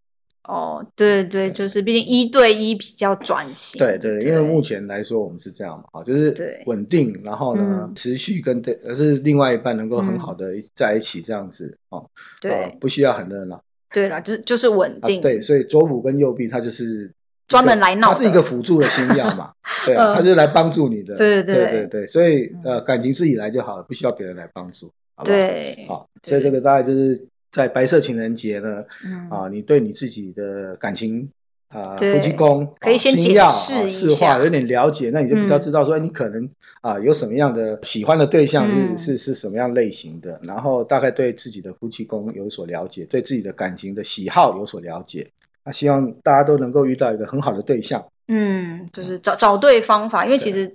Speaker 1: 哦，对对，就是毕竟一对一比较专心，
Speaker 2: 对对，因为目前来说我们是这样嘛，啊，就是
Speaker 1: 对
Speaker 2: 稳定，然后呢
Speaker 1: 嗯，
Speaker 2: 持续跟对，而是另外一半能够
Speaker 1: 嗯
Speaker 2: 很好的在一起这样子哦，啊
Speaker 1: 对
Speaker 2: 不需要很热闹。
Speaker 1: 对啦，就是就是稳
Speaker 2: 啊，
Speaker 1: 定，
Speaker 2: 对，所以左辅跟右弼它就是
Speaker 1: 专门来闹的
Speaker 2: 它是一个辅助的星 耀嘛，对
Speaker 1: 嗯
Speaker 2: 啊，它就是来帮助你的，
Speaker 1: 对对
Speaker 2: 对
Speaker 1: 对
Speaker 2: 对对，所以呃
Speaker 1: 嗯
Speaker 2: 感情自己来就好了，不需要别人来帮助，好不好？，
Speaker 1: 对，
Speaker 2: 好，
Speaker 1: 对
Speaker 2: 啊所以这个大概就是在白色情人节呢，
Speaker 1: 嗯
Speaker 2: 啊，你对你自己的感情。啊，
Speaker 1: 对
Speaker 2: 夫妻宫
Speaker 1: 可以
Speaker 2: 啊
Speaker 1: 先
Speaker 2: 星
Speaker 1: 检
Speaker 2: 耀
Speaker 1: 视
Speaker 2: 啊
Speaker 1: 一
Speaker 2: 四
Speaker 1: 下
Speaker 2: 化有点了解，那你就比较
Speaker 1: 嗯
Speaker 2: 知道说，哎你可能啊有什么样的喜欢的对象
Speaker 1: 嗯
Speaker 2: 是是是什么样类型的，然后大概对自己的夫妻宫有所了解，对自己的感情的喜好有所了解。啊，希望大家都能够遇到一个很好的对象。
Speaker 1: 嗯，就是找找对方法，因为其实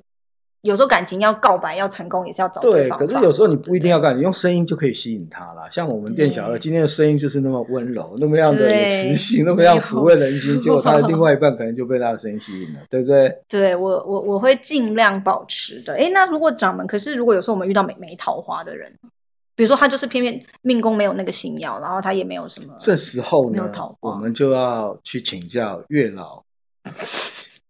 Speaker 1: 有时候感情要告白要成功，也是要找
Speaker 2: 对，
Speaker 1: 方法。
Speaker 2: 可是有时候你不一定要干，你用声音就可以吸引他啦。像我们店小二
Speaker 1: 对
Speaker 2: 今天的声音就是那么温柔，那么样的
Speaker 1: 对
Speaker 2: 有磁性，那么样抚慰人
Speaker 1: 没有
Speaker 2: 心，结果他的另外一半可能就被他的声音吸引了，对不对？
Speaker 1: 对我我我会尽量保持的。诶，那如果掌门，可是如果有时候我们遇到没没桃花的人，比如说他就是偏偏命宫没有那个星曜，然后他也没有什么，
Speaker 2: 这时候
Speaker 1: 没有
Speaker 2: 呢
Speaker 1: 桃花，
Speaker 2: 我们就要去请教月老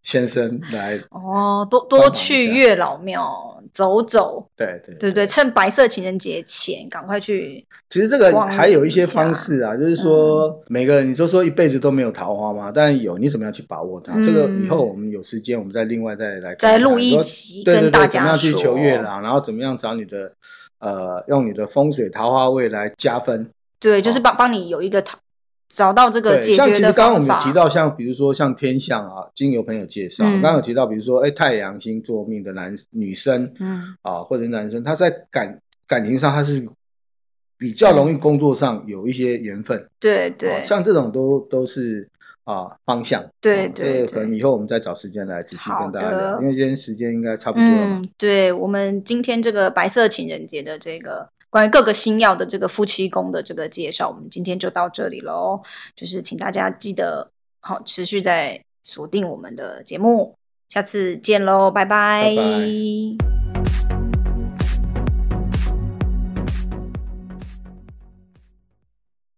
Speaker 2: 先生来，
Speaker 1: 哦，多
Speaker 2: 帮
Speaker 1: 多
Speaker 2: 忙一
Speaker 1: 去
Speaker 2: 下
Speaker 1: 月老庙走走，
Speaker 2: 对对
Speaker 1: 对不对？趁白色情人节前赶快去，
Speaker 2: 其实这个
Speaker 1: 逛
Speaker 2: 还有一些
Speaker 1: 一下嗯
Speaker 2: 方式啊，就是说每个人，你就说一辈子都没有桃花嘛，但有，你怎么样去把握它？
Speaker 1: 嗯
Speaker 2: 这个以后我们有时间，我们再另外再来
Speaker 1: 再
Speaker 2: 看看
Speaker 1: 录一
Speaker 2: 说
Speaker 1: 集
Speaker 2: 对对
Speaker 1: 跟大
Speaker 2: 对，
Speaker 1: 家
Speaker 2: 怎么样去求月
Speaker 1: 说
Speaker 2: 老，然后怎么样找你的呃，用你的风水桃花位来加分。
Speaker 1: 对，就是帮、帮你有一个桃，找到这个
Speaker 2: 哦对，
Speaker 1: 解
Speaker 2: 像
Speaker 1: 决
Speaker 2: 其实
Speaker 1: 的
Speaker 2: 刚刚我
Speaker 1: 方
Speaker 2: 们有
Speaker 1: 法。
Speaker 2: 提到，像比如说像天象啊，经由朋友介绍，
Speaker 1: 嗯
Speaker 2: 刚刚有提到，比如说哎太阳星座命的男女生
Speaker 1: 嗯，
Speaker 2: 啊，或者是男生，他在感感情上他是比较容易工作上有一些缘分。
Speaker 1: 对
Speaker 2: 哦
Speaker 1: 对，
Speaker 2: 像这种都都是啊、啊方向。
Speaker 1: 对
Speaker 2: 啊
Speaker 1: 对
Speaker 2: 这可能以后我们再找时间来仔细跟大家
Speaker 1: 好
Speaker 2: 聊，
Speaker 1: 的
Speaker 2: 因为今天时间应该差不多了嘛
Speaker 1: 嗯。，对我们今天这个白色情人节的这个关于各个星耀的这个夫妻宫的这个介绍，我们今天就到这里喽。就是请大家记得好持续在锁定我们的节目，下次见喽，拜
Speaker 2: 拜拜